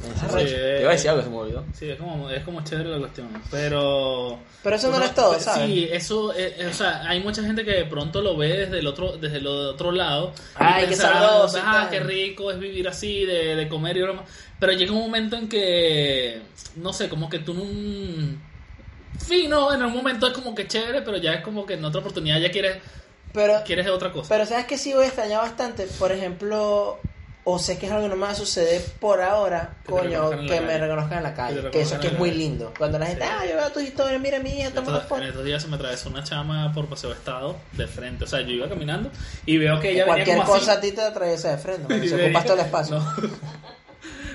Speaker 3: Sí,
Speaker 1: Te iba a decir algo, se me olvidó.
Speaker 3: Sí, es como, es como chévere la cuestión. Pero.
Speaker 2: Pero eso no
Speaker 3: uno-
Speaker 2: lo es todo, ¿sabes?
Speaker 3: Sí, eso. eh, eh, o sea, hay mucha gente que de pronto lo ve desde el otro, desde el otro lado. y
Speaker 2: Ay, qué
Speaker 3: pensará,
Speaker 2: sabroso y
Speaker 3: Ah,
Speaker 2: tal".
Speaker 3: qué rico es vivir así, de, de comer y broma. Pero llega un momento en que. No sé, como que tú no. Fino, en un momento es como que chévere, pero ya es como que en otra oportunidad ya quieres,
Speaker 2: Pero,
Speaker 3: quieres otra cosa.
Speaker 2: Pero sabes que sí voy a extrañar bastante, por ejemplo, o sé que es algo que no me va a suceder por ahora,
Speaker 3: Que te
Speaker 2: coño,
Speaker 3: reconozcan en la
Speaker 2: que me
Speaker 3: calle.
Speaker 2: reconozcan en la
Speaker 3: Que
Speaker 2: calle,
Speaker 3: te
Speaker 2: que, eso
Speaker 3: reconozcan en
Speaker 2: que es
Speaker 3: la
Speaker 2: muy
Speaker 3: calle.
Speaker 2: listo. Cuando la gente,
Speaker 3: Sí.
Speaker 2: ah, yo veo tu historia, mira mi hija,
Speaker 3: En
Speaker 2: toma una
Speaker 3: estos-
Speaker 2: foto.
Speaker 3: en estos días se me atravesó una chama por paseo de estado de frente. O sea, yo iba caminando y veo que ella venía
Speaker 2: Cualquier
Speaker 3: como así.
Speaker 2: cosa a ti te atraviesa de frente,
Speaker 3: Y
Speaker 2: porque se
Speaker 3: venía-
Speaker 2: ocupas todo el espacio.
Speaker 3: No.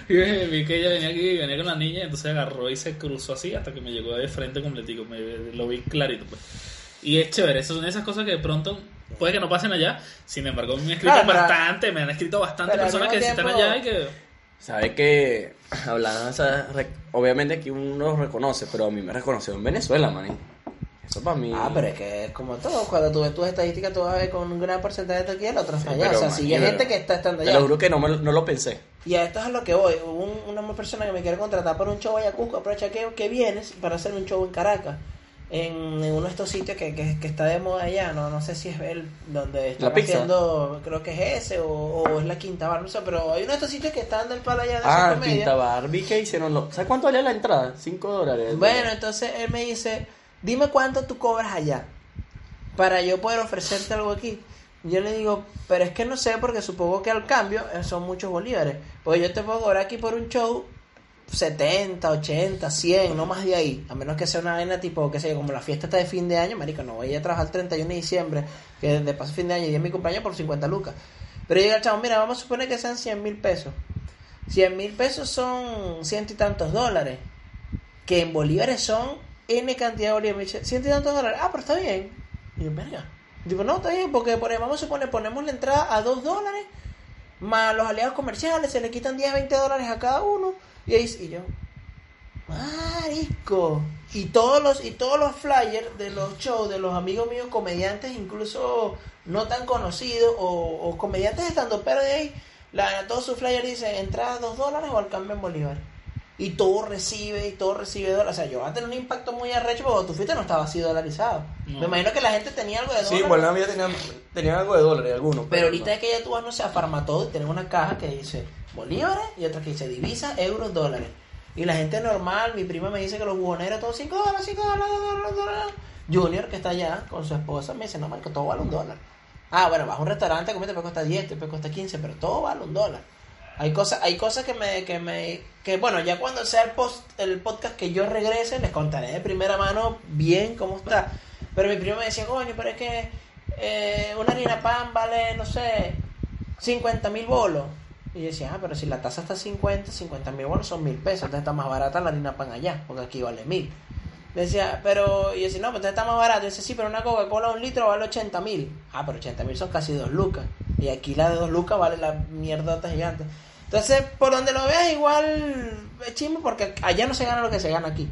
Speaker 3: Y ve- vi que ella venía aquí y venía con la niña, entonces agarró y se cruzó así hasta que me llegó de frente completico, me, lo vi clarito. Pues. Y es chévere, esas son esas cosas que de pronto puede que no pasen allá, sin embargo me han escrito
Speaker 2: Claro, pero-
Speaker 3: bastante, me han escrito bastante
Speaker 2: pero al
Speaker 3: personas que
Speaker 2: mismo
Speaker 3: están
Speaker 2: tiempo-
Speaker 3: allá y que...
Speaker 1: Sabes que hablando de esas rec- obviamente aquí uno los reconoce, pero a mí me reconoció en Venezuela, manín. Eso para mí.
Speaker 2: Ah, pero es que es como todo, cuando tú ves tus estadísticas, tú vas a ver con un gran porcentaje de aquí y el otro está allá.
Speaker 1: pero,
Speaker 2: o sea, si hay
Speaker 1: manín,
Speaker 2: gente
Speaker 1: pero-
Speaker 2: que está estando
Speaker 1: Te
Speaker 2: allá.
Speaker 1: lo juro que no, me lo- no lo pensé.
Speaker 2: Y a esto es a lo que voy. Hubo un- una persona que me quiere contratar para un show allá a Cusco. Aprovecha que, que vienes para hacer un show en Caracas. En, en uno de estos sitios que, que, que está de moda allá. No, no sé si es el donde están
Speaker 1: La pizza.
Speaker 2: haciendo, creo que es ese o, o es la Quinta Bar. No sé, pero hay uno de estos sitios que está dando el palo allá de
Speaker 1: Ah,
Speaker 2: hacer comedia.
Speaker 1: Quinta Bar, vi que hicieron lo... ¿Sabes cuánto valía la entrada? 5 dólares.
Speaker 2: Bueno, entonces él me dice, dime cuánto tú cobras allá para yo poder ofrecerte algo aquí. Yo le digo, pero es que no sé porque supongo que al cambio eh, son muchos bolívares. Pues yo te puedo cobrar aquí por un show 70, 80, 100, no más de ahí. A menos que sea una vaina tipo, qué sé yo, como la fiesta está de fin de año, marico, no voy a trabajar el 31 de diciembre, que de paso fin de año y día de mi cumpleaños por 50 lucas. Pero yo digo, chavo, mira, vamos a suponer que sean 100 mil pesos. 100 mil pesos son ciento y tantos dólares que en bolívares son N cantidad de bolívares. Me dice, ciento y tantos dólares. Ah, pero está bien. Y yo, verga. Digo, no, está bien, porque por- vamos a suponer, ponemos la entrada a 2 dólares, más los aliados comerciales, se le quitan 10, 20 dólares a cada uno. Y, ahí, y yo, marico. Y todos los, y todos los flyers de los shows, de los amigos míos comediantes, incluso no tan conocidos, o, o comediantes estando pero de ahí, la, todos sus flyers dicen, entrada a 2 dólares o al cambio en bolívares. Y todo recibe, y todo recibe dólares. O sea, yo va a tener un impacto muy arrecho porque tu fuiste no estaba así dolarizado.
Speaker 3: No.
Speaker 2: Me imagino que la gente tenía algo de dólar.
Speaker 1: Sí, igual la mía tenía, tenía algo de dólares, algunos.
Speaker 2: Pero ahorita
Speaker 1: no.
Speaker 2: es que ya tú vas, no sé, a Farmatodo y tienen una caja que dice bolívares y otra que dice divisas, euros, dólares. Y la gente normal, mi prima me dice que los buhoneros todos 5 dólares, 5 dólares, dólares, dólares. Junior, que está allá con su esposa, me dice, no, marico, todo vale un dólar. Ah, bueno, vas a un restaurante, comete, puede costar 10, te puede costar 15, pero todo vale un dólar. Hay cosas, hay cosas que me, que me, que bueno, ya cuando sea el post, el podcast que yo regrese, les contaré de primera mano bien cómo está. Pero mi primo me decía, coño, pero es que eh, una harina pan vale, no sé, 50 mil bolos. Y yo decía, ah, pero si la tasa está 50, 50 mil bolos son mil pesos, entonces está más barata la harina pan allá, porque aquí vale mil. Decía, pero, y yo decía, no, pero entonces está más barato. Y dice, sí, pero una Coca-Cola un litro vale 80 mil. Ah, pero 80 mil son casi dos lucas. Y aquí la de dos lucas vale la mierdota gigante. Entonces, por donde lo veas, igual es chimbo, porque allá no se gana lo que se gana aquí.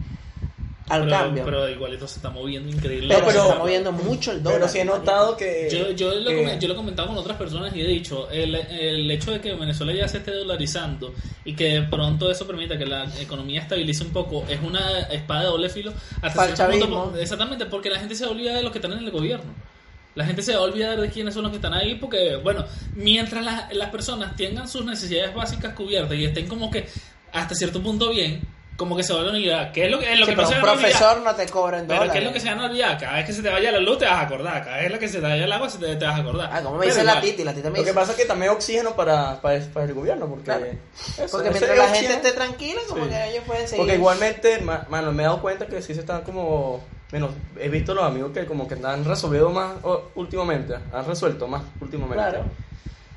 Speaker 2: Al
Speaker 3: pero,
Speaker 2: cambio. Pero,
Speaker 3: Pero igual esto se está moviendo increíble.
Speaker 1: No, pero-
Speaker 2: se está moviendo mucho el dólar.
Speaker 1: Pero sí he notado
Speaker 2: Eh,
Speaker 1: que...
Speaker 3: Yo, yo, lo,
Speaker 1: que-
Speaker 3: comen- yo lo he comentado con otras personas y he dicho, el, el hecho de que Venezuela ya se esté dolarizando y que de pronto eso permita que la economía estabilice un poco, es una espada de doble filo.
Speaker 2: Para el
Speaker 3: cierto punto,
Speaker 2: chavismo.
Speaker 3: po- exactamente, porque la gente se olvida de los que están en el gobierno. La gente se va a olvidar de quiénes son los que están ahí porque, bueno, mientras las, las personas tengan sus necesidades básicas cubiertas y estén como que hasta cierto punto bien, como que se van a olvidar. ¿Qué es lo que, es lo
Speaker 2: Sí,
Speaker 3: que
Speaker 2: pero
Speaker 3: no se
Speaker 2: un
Speaker 3: van a olvidar?
Speaker 2: profesor no te cobra en
Speaker 3: Pero
Speaker 2: dólares.
Speaker 3: ¿qué es lo que se van a olvidar? Cada vez que se te vaya la luz te vas a acordar. Cada vez que se te vaya el agua se te, te vas a acordar.
Speaker 2: Ah, como me
Speaker 3: Pero
Speaker 2: dice la
Speaker 3: igual,
Speaker 2: Titi, la Titi me
Speaker 1: Lo que
Speaker 2: dice.
Speaker 1: pasa es que también oxígeno para, para, para el gobierno, porque...
Speaker 2: Claro.
Speaker 1: eso,
Speaker 2: Porque
Speaker 1: ese
Speaker 2: mientras la gente
Speaker 1: oxígeno-
Speaker 2: esté tranquila, como
Speaker 1: Sí.
Speaker 2: que ellos pueden seguir.
Speaker 1: Porque igualmente, ma- mano, me he dado cuenta que sí se están como... Menos, he visto los amigos que como que han resolvido más o- últimamente, han resuelto más últimamente.
Speaker 2: Claro.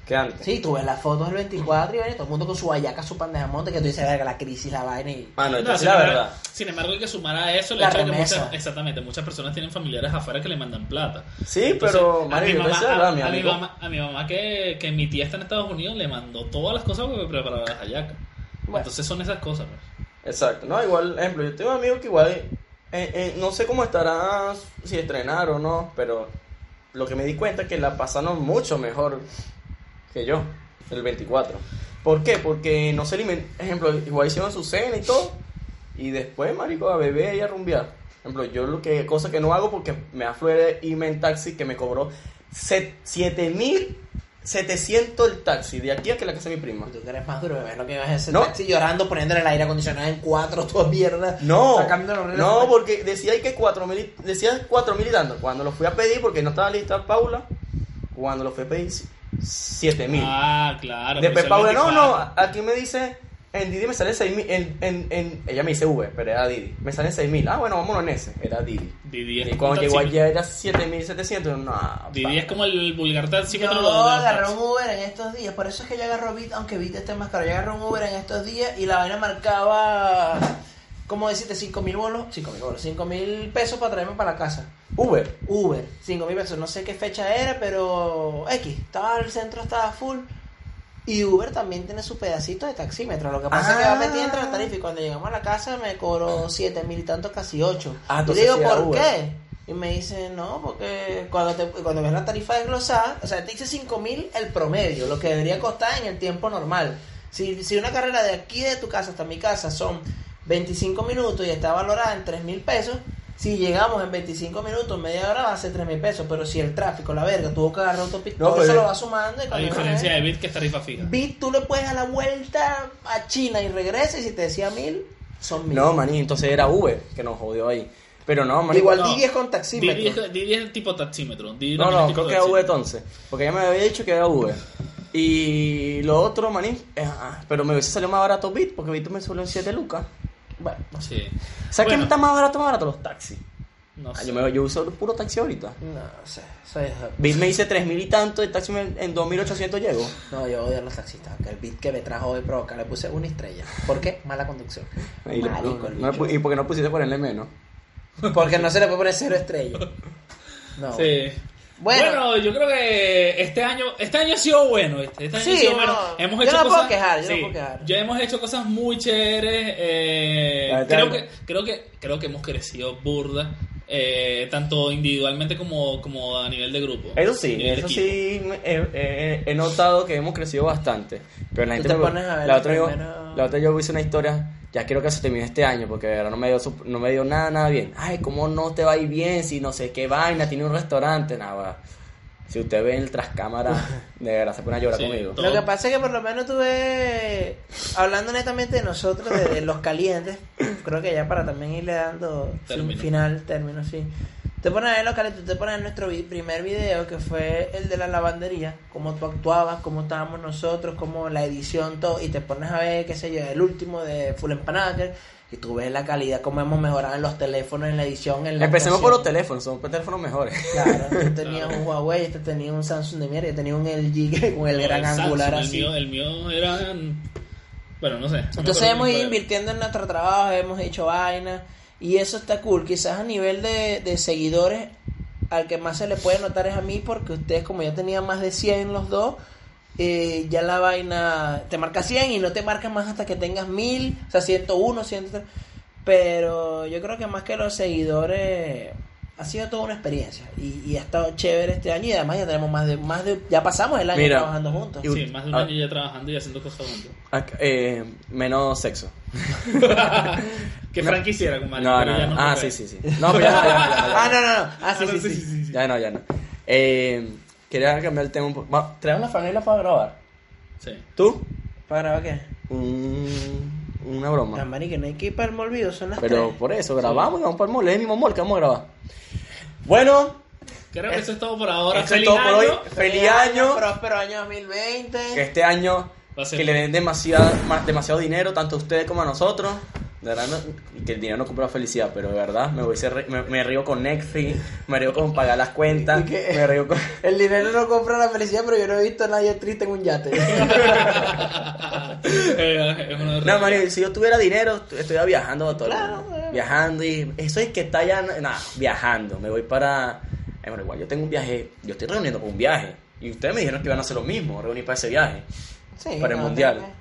Speaker 1: que antes.
Speaker 2: Sí, tú ves las fotos del 24 y ven todo el mundo con su hallaca, su pandejamonte, que tú dices, verga, la crisis, la vaina y...
Speaker 1: Mano, esto
Speaker 3: No,
Speaker 1: sí pues,
Speaker 3: sin,
Speaker 1: la
Speaker 3: embargo,
Speaker 1: verdad.
Speaker 3: sin embargo, hay que sumar a eso el
Speaker 2: La
Speaker 3: hecho de que
Speaker 2: remesa.
Speaker 3: muchas, exactamente, muchas personas tienen familiares afuera que le mandan plata.
Speaker 1: Sí, pero,
Speaker 3: a
Speaker 1: Mario,
Speaker 3: mi
Speaker 1: yo
Speaker 3: mamá,
Speaker 1: pensé, ¿verdad, mi
Speaker 3: a mi
Speaker 1: amigo?
Speaker 3: mamá, a mi mamá que, que mi tía está en Estados Unidos le mandó todas las cosas para preparar las hallacas.
Speaker 2: Bueno.
Speaker 3: Entonces son esas cosas. pues.
Speaker 1: Exacto, no, igual, ejemplo, yo tengo un amigo que igual, eh, eh, no sé cómo estará, si estrenar o no, pero lo que me di cuenta es que la pasaron mucho mejor que yo, el 24. ¿Por qué? Porque no se limen, ejemplo, igual hicieron su cena y todo, y después, marico, a beber y a rumbear. Ejemplo, yo lo que, cosa que no hago porque me afluere irme en taxi que me cobró set- 7.700 el taxi, de aquí a que la casa de mi prima.
Speaker 2: Tú que eres más duro, bebé, no que vas a ese
Speaker 1: No.
Speaker 2: taxi llorando, poniéndole el aire acondicionado en cuatro, todas mierdas.
Speaker 1: No,
Speaker 2: sacando los relojes.
Speaker 1: no, porque decía ahí que cuatro mil, y- decía cuatro mil y tanto. Cuando lo fui a pedir, porque no estaba lista Paula, cuando lo fui a pedir, si- siete mil.
Speaker 3: Ah, claro.
Speaker 1: Después
Speaker 3: pero eso
Speaker 1: Paula,
Speaker 3: es
Speaker 1: no,
Speaker 3: 24.
Speaker 1: no, aquí me dice, en Didi me sale seis mil, en, en, en- ella me dice V, pero era Didi, me sale seis mil. Ah, bueno, vámonos en ese, era Didi.
Speaker 3: Didi es
Speaker 1: Y cuando
Speaker 3: un
Speaker 1: llegó
Speaker 3: taxi-
Speaker 1: allá era siete mil setecientos, no. pa.
Speaker 3: Didi es como el vulgar taxi. que
Speaker 2: Yo
Speaker 3: te lo mandan los
Speaker 2: agarré
Speaker 3: taxis.
Speaker 2: un Uber en estos días, por eso es que yo agarro Bit, aunque Bit esté más caro. Yo agarré un Uber en estos días y la vaina marcaba, ¿cómo decirte? 5 mil bolos, 5 mil bolos, 5 mil pesos para traerme para la casa.
Speaker 1: Uber.
Speaker 2: Uber, 5 mil pesos, no sé qué fecha era, pero X, estaba el centro, estaba full. Y Uber también tiene su pedacito de taxímetro. Lo que pasa es que va
Speaker 1: Ah.
Speaker 2: metido entre la tarifa y cuando llegamos a la casa me cobró 7 mil y tanto, casi 8.
Speaker 1: Ah,
Speaker 2: y le
Speaker 1: entonces
Speaker 2: digo,
Speaker 1: sí era
Speaker 2: ¿por
Speaker 1: Uber".
Speaker 2: qué? Y me dice, no, porque cuando, te- cuando ves la tarifa desglosada, o sea, te dice 5 mil el promedio, lo que debería costar en el tiempo normal. Si, si una carrera de aquí de tu casa hasta mi casa son 25 minutos y está valorada en 3 mil pesos, si llegamos en 25 minutos, media hora va a ser 3 mil pesos, pero si el tráfico, la verga, tuvo que agarrar autopista,
Speaker 1: No, pues, eh, pero-
Speaker 2: todo eso lo va sumando y
Speaker 3: A
Speaker 2: cuando
Speaker 3: diferencia de Bit, que es tarifa fija.
Speaker 2: Bit, tú le puedes dar la vuelta a China y regresas y si te decía mil, son mil.
Speaker 1: No, maní, entonces era Uber, que nos jodió ahí. Pero no, maní.
Speaker 2: Igual
Speaker 3: no.
Speaker 2: Didi es con taxímetro.
Speaker 3: Didi es, Didi es el tipo taxímetro. Didi
Speaker 1: No,
Speaker 3: también
Speaker 1: no,
Speaker 3: es tipo
Speaker 1: creo que era V
Speaker 3: taxímetro.
Speaker 1: entonces. Porque ya me había dicho que era V. Y lo otro, maní. eh, ah, pero me hubiese salido más barato Bit, porque Bit me salió en 7 lucas.
Speaker 2: Bueno,
Speaker 3: Sí.
Speaker 1: ¿Sabes qué
Speaker 3: Bueno,
Speaker 1: está más barato, más barato? Los taxis.
Speaker 3: No
Speaker 1: Ah,
Speaker 3: sé.
Speaker 1: yo, me, yo uso puro taxi ahorita.
Speaker 2: no sé, soy...
Speaker 1: Bit me dice 3.000 y tanto, el taxi me- en 2.800 llego.
Speaker 2: No, yo odio a los taxistas. aunque el beat que me trajo hoy provoca, le puse una estrella. ¿Por qué? Mala conducción.
Speaker 1: Y, le-
Speaker 2: Marico, el
Speaker 1: no pues, le
Speaker 2: bicho.
Speaker 1: pu- y porque no pusiste ponerle menos.
Speaker 2: Porque no se le puede poner cero estrella. No.
Speaker 3: Sí. Bueno.
Speaker 2: Bueno.
Speaker 3: yo creo que este año, este año ha sido bueno. Este, este año
Speaker 2: Sí,
Speaker 3: ha sido
Speaker 2: no,
Speaker 3: bueno.
Speaker 2: yo no puedo quejar, yo no puedo quejar.
Speaker 3: Ya hemos hecho cosas muy chéveres. eh,
Speaker 1: La verdad
Speaker 3: creo,
Speaker 1: no.
Speaker 3: que, creo, que, creo que hemos crecido burda, eh, tanto individualmente como, como a nivel de grupo.
Speaker 1: Eso sí,
Speaker 3: A nivel de
Speaker 1: eso
Speaker 3: equipo.
Speaker 1: sí me- eh, eh, he notado que hemos crecido bastante. Pero la
Speaker 2: Tú
Speaker 1: gente
Speaker 2: te
Speaker 1: me-
Speaker 2: pones a ver
Speaker 1: la
Speaker 2: los
Speaker 1: otra, yo,
Speaker 2: primeros-
Speaker 1: la otra yo hice una historia, ya quiero que se termine este año, porque de verdad no me dio su- no me dio nada, nada bien. Ay, cómo no te va a ir bien si no sé qué vaina, tiene un restaurante, nada. va. Si usted ve el tras cámara, de verdad se pone a llorar
Speaker 3: Sí,
Speaker 1: conmigo.
Speaker 3: todo.
Speaker 2: Lo que pasa es que por lo menos tuve, hablando netamente de nosotros, de, de los calientes, creo que ya para también irle dando fin-
Speaker 3: Término.
Speaker 2: final, término, sí. Te pones a ver los calientes, te pones a ver nuestro vi- primer video que fue el de la lavandería, cómo tú actuabas, cómo estábamos nosotros, cómo la edición, todo, y te pones a ver, qué sé yo, el último de Full Empanada, que- y tú ves la calidad, cómo hemos mejorado en los teléfonos, en la edición, en la
Speaker 1: Empecemos por los
Speaker 2: actuación.
Speaker 1: teléfonos, son teléfonos mejores.
Speaker 2: Claro, yo tenía un Huawei, este tenía un Samsung de mierda, yo tenía un LG que- con el gran
Speaker 3: Samsung,
Speaker 2: angular
Speaker 3: el
Speaker 2: así.
Speaker 3: Mío, el mío era. Bueno, no sé. no me
Speaker 2: Entonces
Speaker 3: acuerdo
Speaker 2: hemos
Speaker 3: quién
Speaker 2: ido
Speaker 3: fue.
Speaker 2: invirtiendo en nuestro trabajo, hemos hecho vainas y eso está cool. Quizás a nivel de, de seguidores, al que más se le puede notar es a mí porque ustedes como ya tenían más de 100 los dos, eh, ya la vaina te marca 100 y no te marca más hasta que tengas 1000, o sea, 101, 103. Pero yo creo que más que los seguidores ha sido toda una experiencia y, y ha estado chévere este año y además ya tenemos más de más de ya pasamos el año
Speaker 1: Mira,
Speaker 2: trabajando juntos.
Speaker 1: y-
Speaker 3: Sí, más de un
Speaker 1: Ah.
Speaker 3: año ya trabajando y haciendo cosas juntos.
Speaker 1: Ac- eh, menos sexo.
Speaker 3: que
Speaker 1: No.
Speaker 3: Frank quisiera con Mario.
Speaker 1: No,
Speaker 3: pero
Speaker 1: no,
Speaker 3: ya
Speaker 1: no.
Speaker 3: no
Speaker 1: Ah, sí, sí,
Speaker 3: se
Speaker 1: sí.
Speaker 3: puede.
Speaker 1: No, pero ya, ya, ya, ya, ya.
Speaker 2: Ah, no, no, no. Ah, sí,
Speaker 3: Ah, no,
Speaker 2: sí,
Speaker 3: sí, sí, sí, sí.
Speaker 1: Ya no, ya no. Eh, quería cambiar el tema un poco. Va, ¿Traes una franela para grabar?
Speaker 3: Sí.
Speaker 1: ¿Tú?
Speaker 2: ¿Para grabar qué?
Speaker 1: Un- una
Speaker 2: No,
Speaker 1: broma.
Speaker 2: marica, no hay que ir para el olvido, son las
Speaker 1: Pero
Speaker 2: tres.
Speaker 1: por eso, grabamos y vamos para el mall. Es el mismo mall que vamos a grabar. Bueno,
Speaker 3: Creo que eso es todo por ahora.
Speaker 1: eso es
Speaker 3: Feliz
Speaker 1: todo por hoy.
Speaker 3: año.
Speaker 2: Eh,
Speaker 1: Feliz año.
Speaker 2: Próspero año
Speaker 1: Que
Speaker 2: 2020.
Speaker 1: este año
Speaker 3: Va a ser-
Speaker 1: que le den demasiado, ma- demasiado dinero, tanto a ustedes como a nosotros. De verdad, no- que el dinero no compra felicidad, pero de verdad me, hubiese re- me, me río con Netflix, me río con pagar las cuentas,
Speaker 2: ¿Y qué?
Speaker 1: me río con...
Speaker 2: El dinero no compra la felicidad, pero yo no he visto a nadie triste en un yate.
Speaker 3: Eh, es una
Speaker 1: No, Mario, si yo tuviera dinero, tu- estuviera viajando a todo el
Speaker 2: Claro,
Speaker 1: mundo.
Speaker 2: bueno.
Speaker 1: Viajando y eso es que está allá, nada, viajando. Me voy para... Ay, bueno, igual yo tengo un viaje, yo estoy reuniendo para un viaje. Y ustedes me dijeron que iban a hacer lo mismo, reunir para ese viaje.
Speaker 2: Sí,
Speaker 1: Para el
Speaker 2: no,
Speaker 1: mundial.
Speaker 2: eh,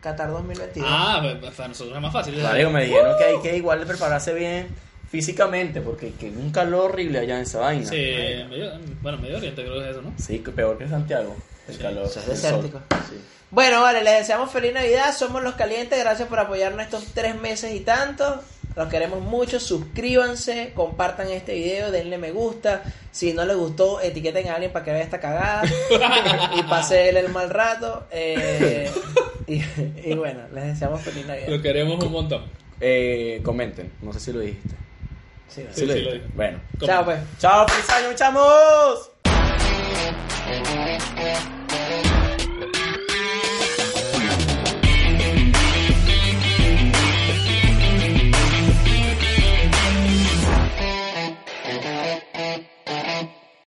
Speaker 2: Qatar 2022.
Speaker 3: Ah, pa- para nosotros es más fácil.
Speaker 1: Marico, me dijeron que hay que igual prepararse bien físicamente, porque que un calor horrible allá en esa vaina.
Speaker 3: Sí, medio- bueno, Medio Oriente creo que es eso, ¿no?
Speaker 1: Sí, que peor que Santiago. El calor.
Speaker 2: eso es
Speaker 1: el sol.
Speaker 2: desértico.
Speaker 1: Sí.
Speaker 2: Bueno, vale, les deseamos feliz Navidad. Somos los calientes. Gracias por apoyarnos estos tres meses y tanto. Los queremos mucho. Suscríbanse, compartan este video, denle me gusta. Si no les gustó, etiqueten a alguien para que vea esta cagada y pase él el mal rato. Eh, y, y bueno, les deseamos feliz
Speaker 3: Lo
Speaker 2: Navidad.
Speaker 3: queremos un montón.
Speaker 1: Eh, comenten, no sé si lo dijiste.
Speaker 2: Sí,
Speaker 3: Sí, sí, lo dije.
Speaker 1: Bueno.
Speaker 2: Chao, pues.
Speaker 1: ¡Chao, feliz año, chamos!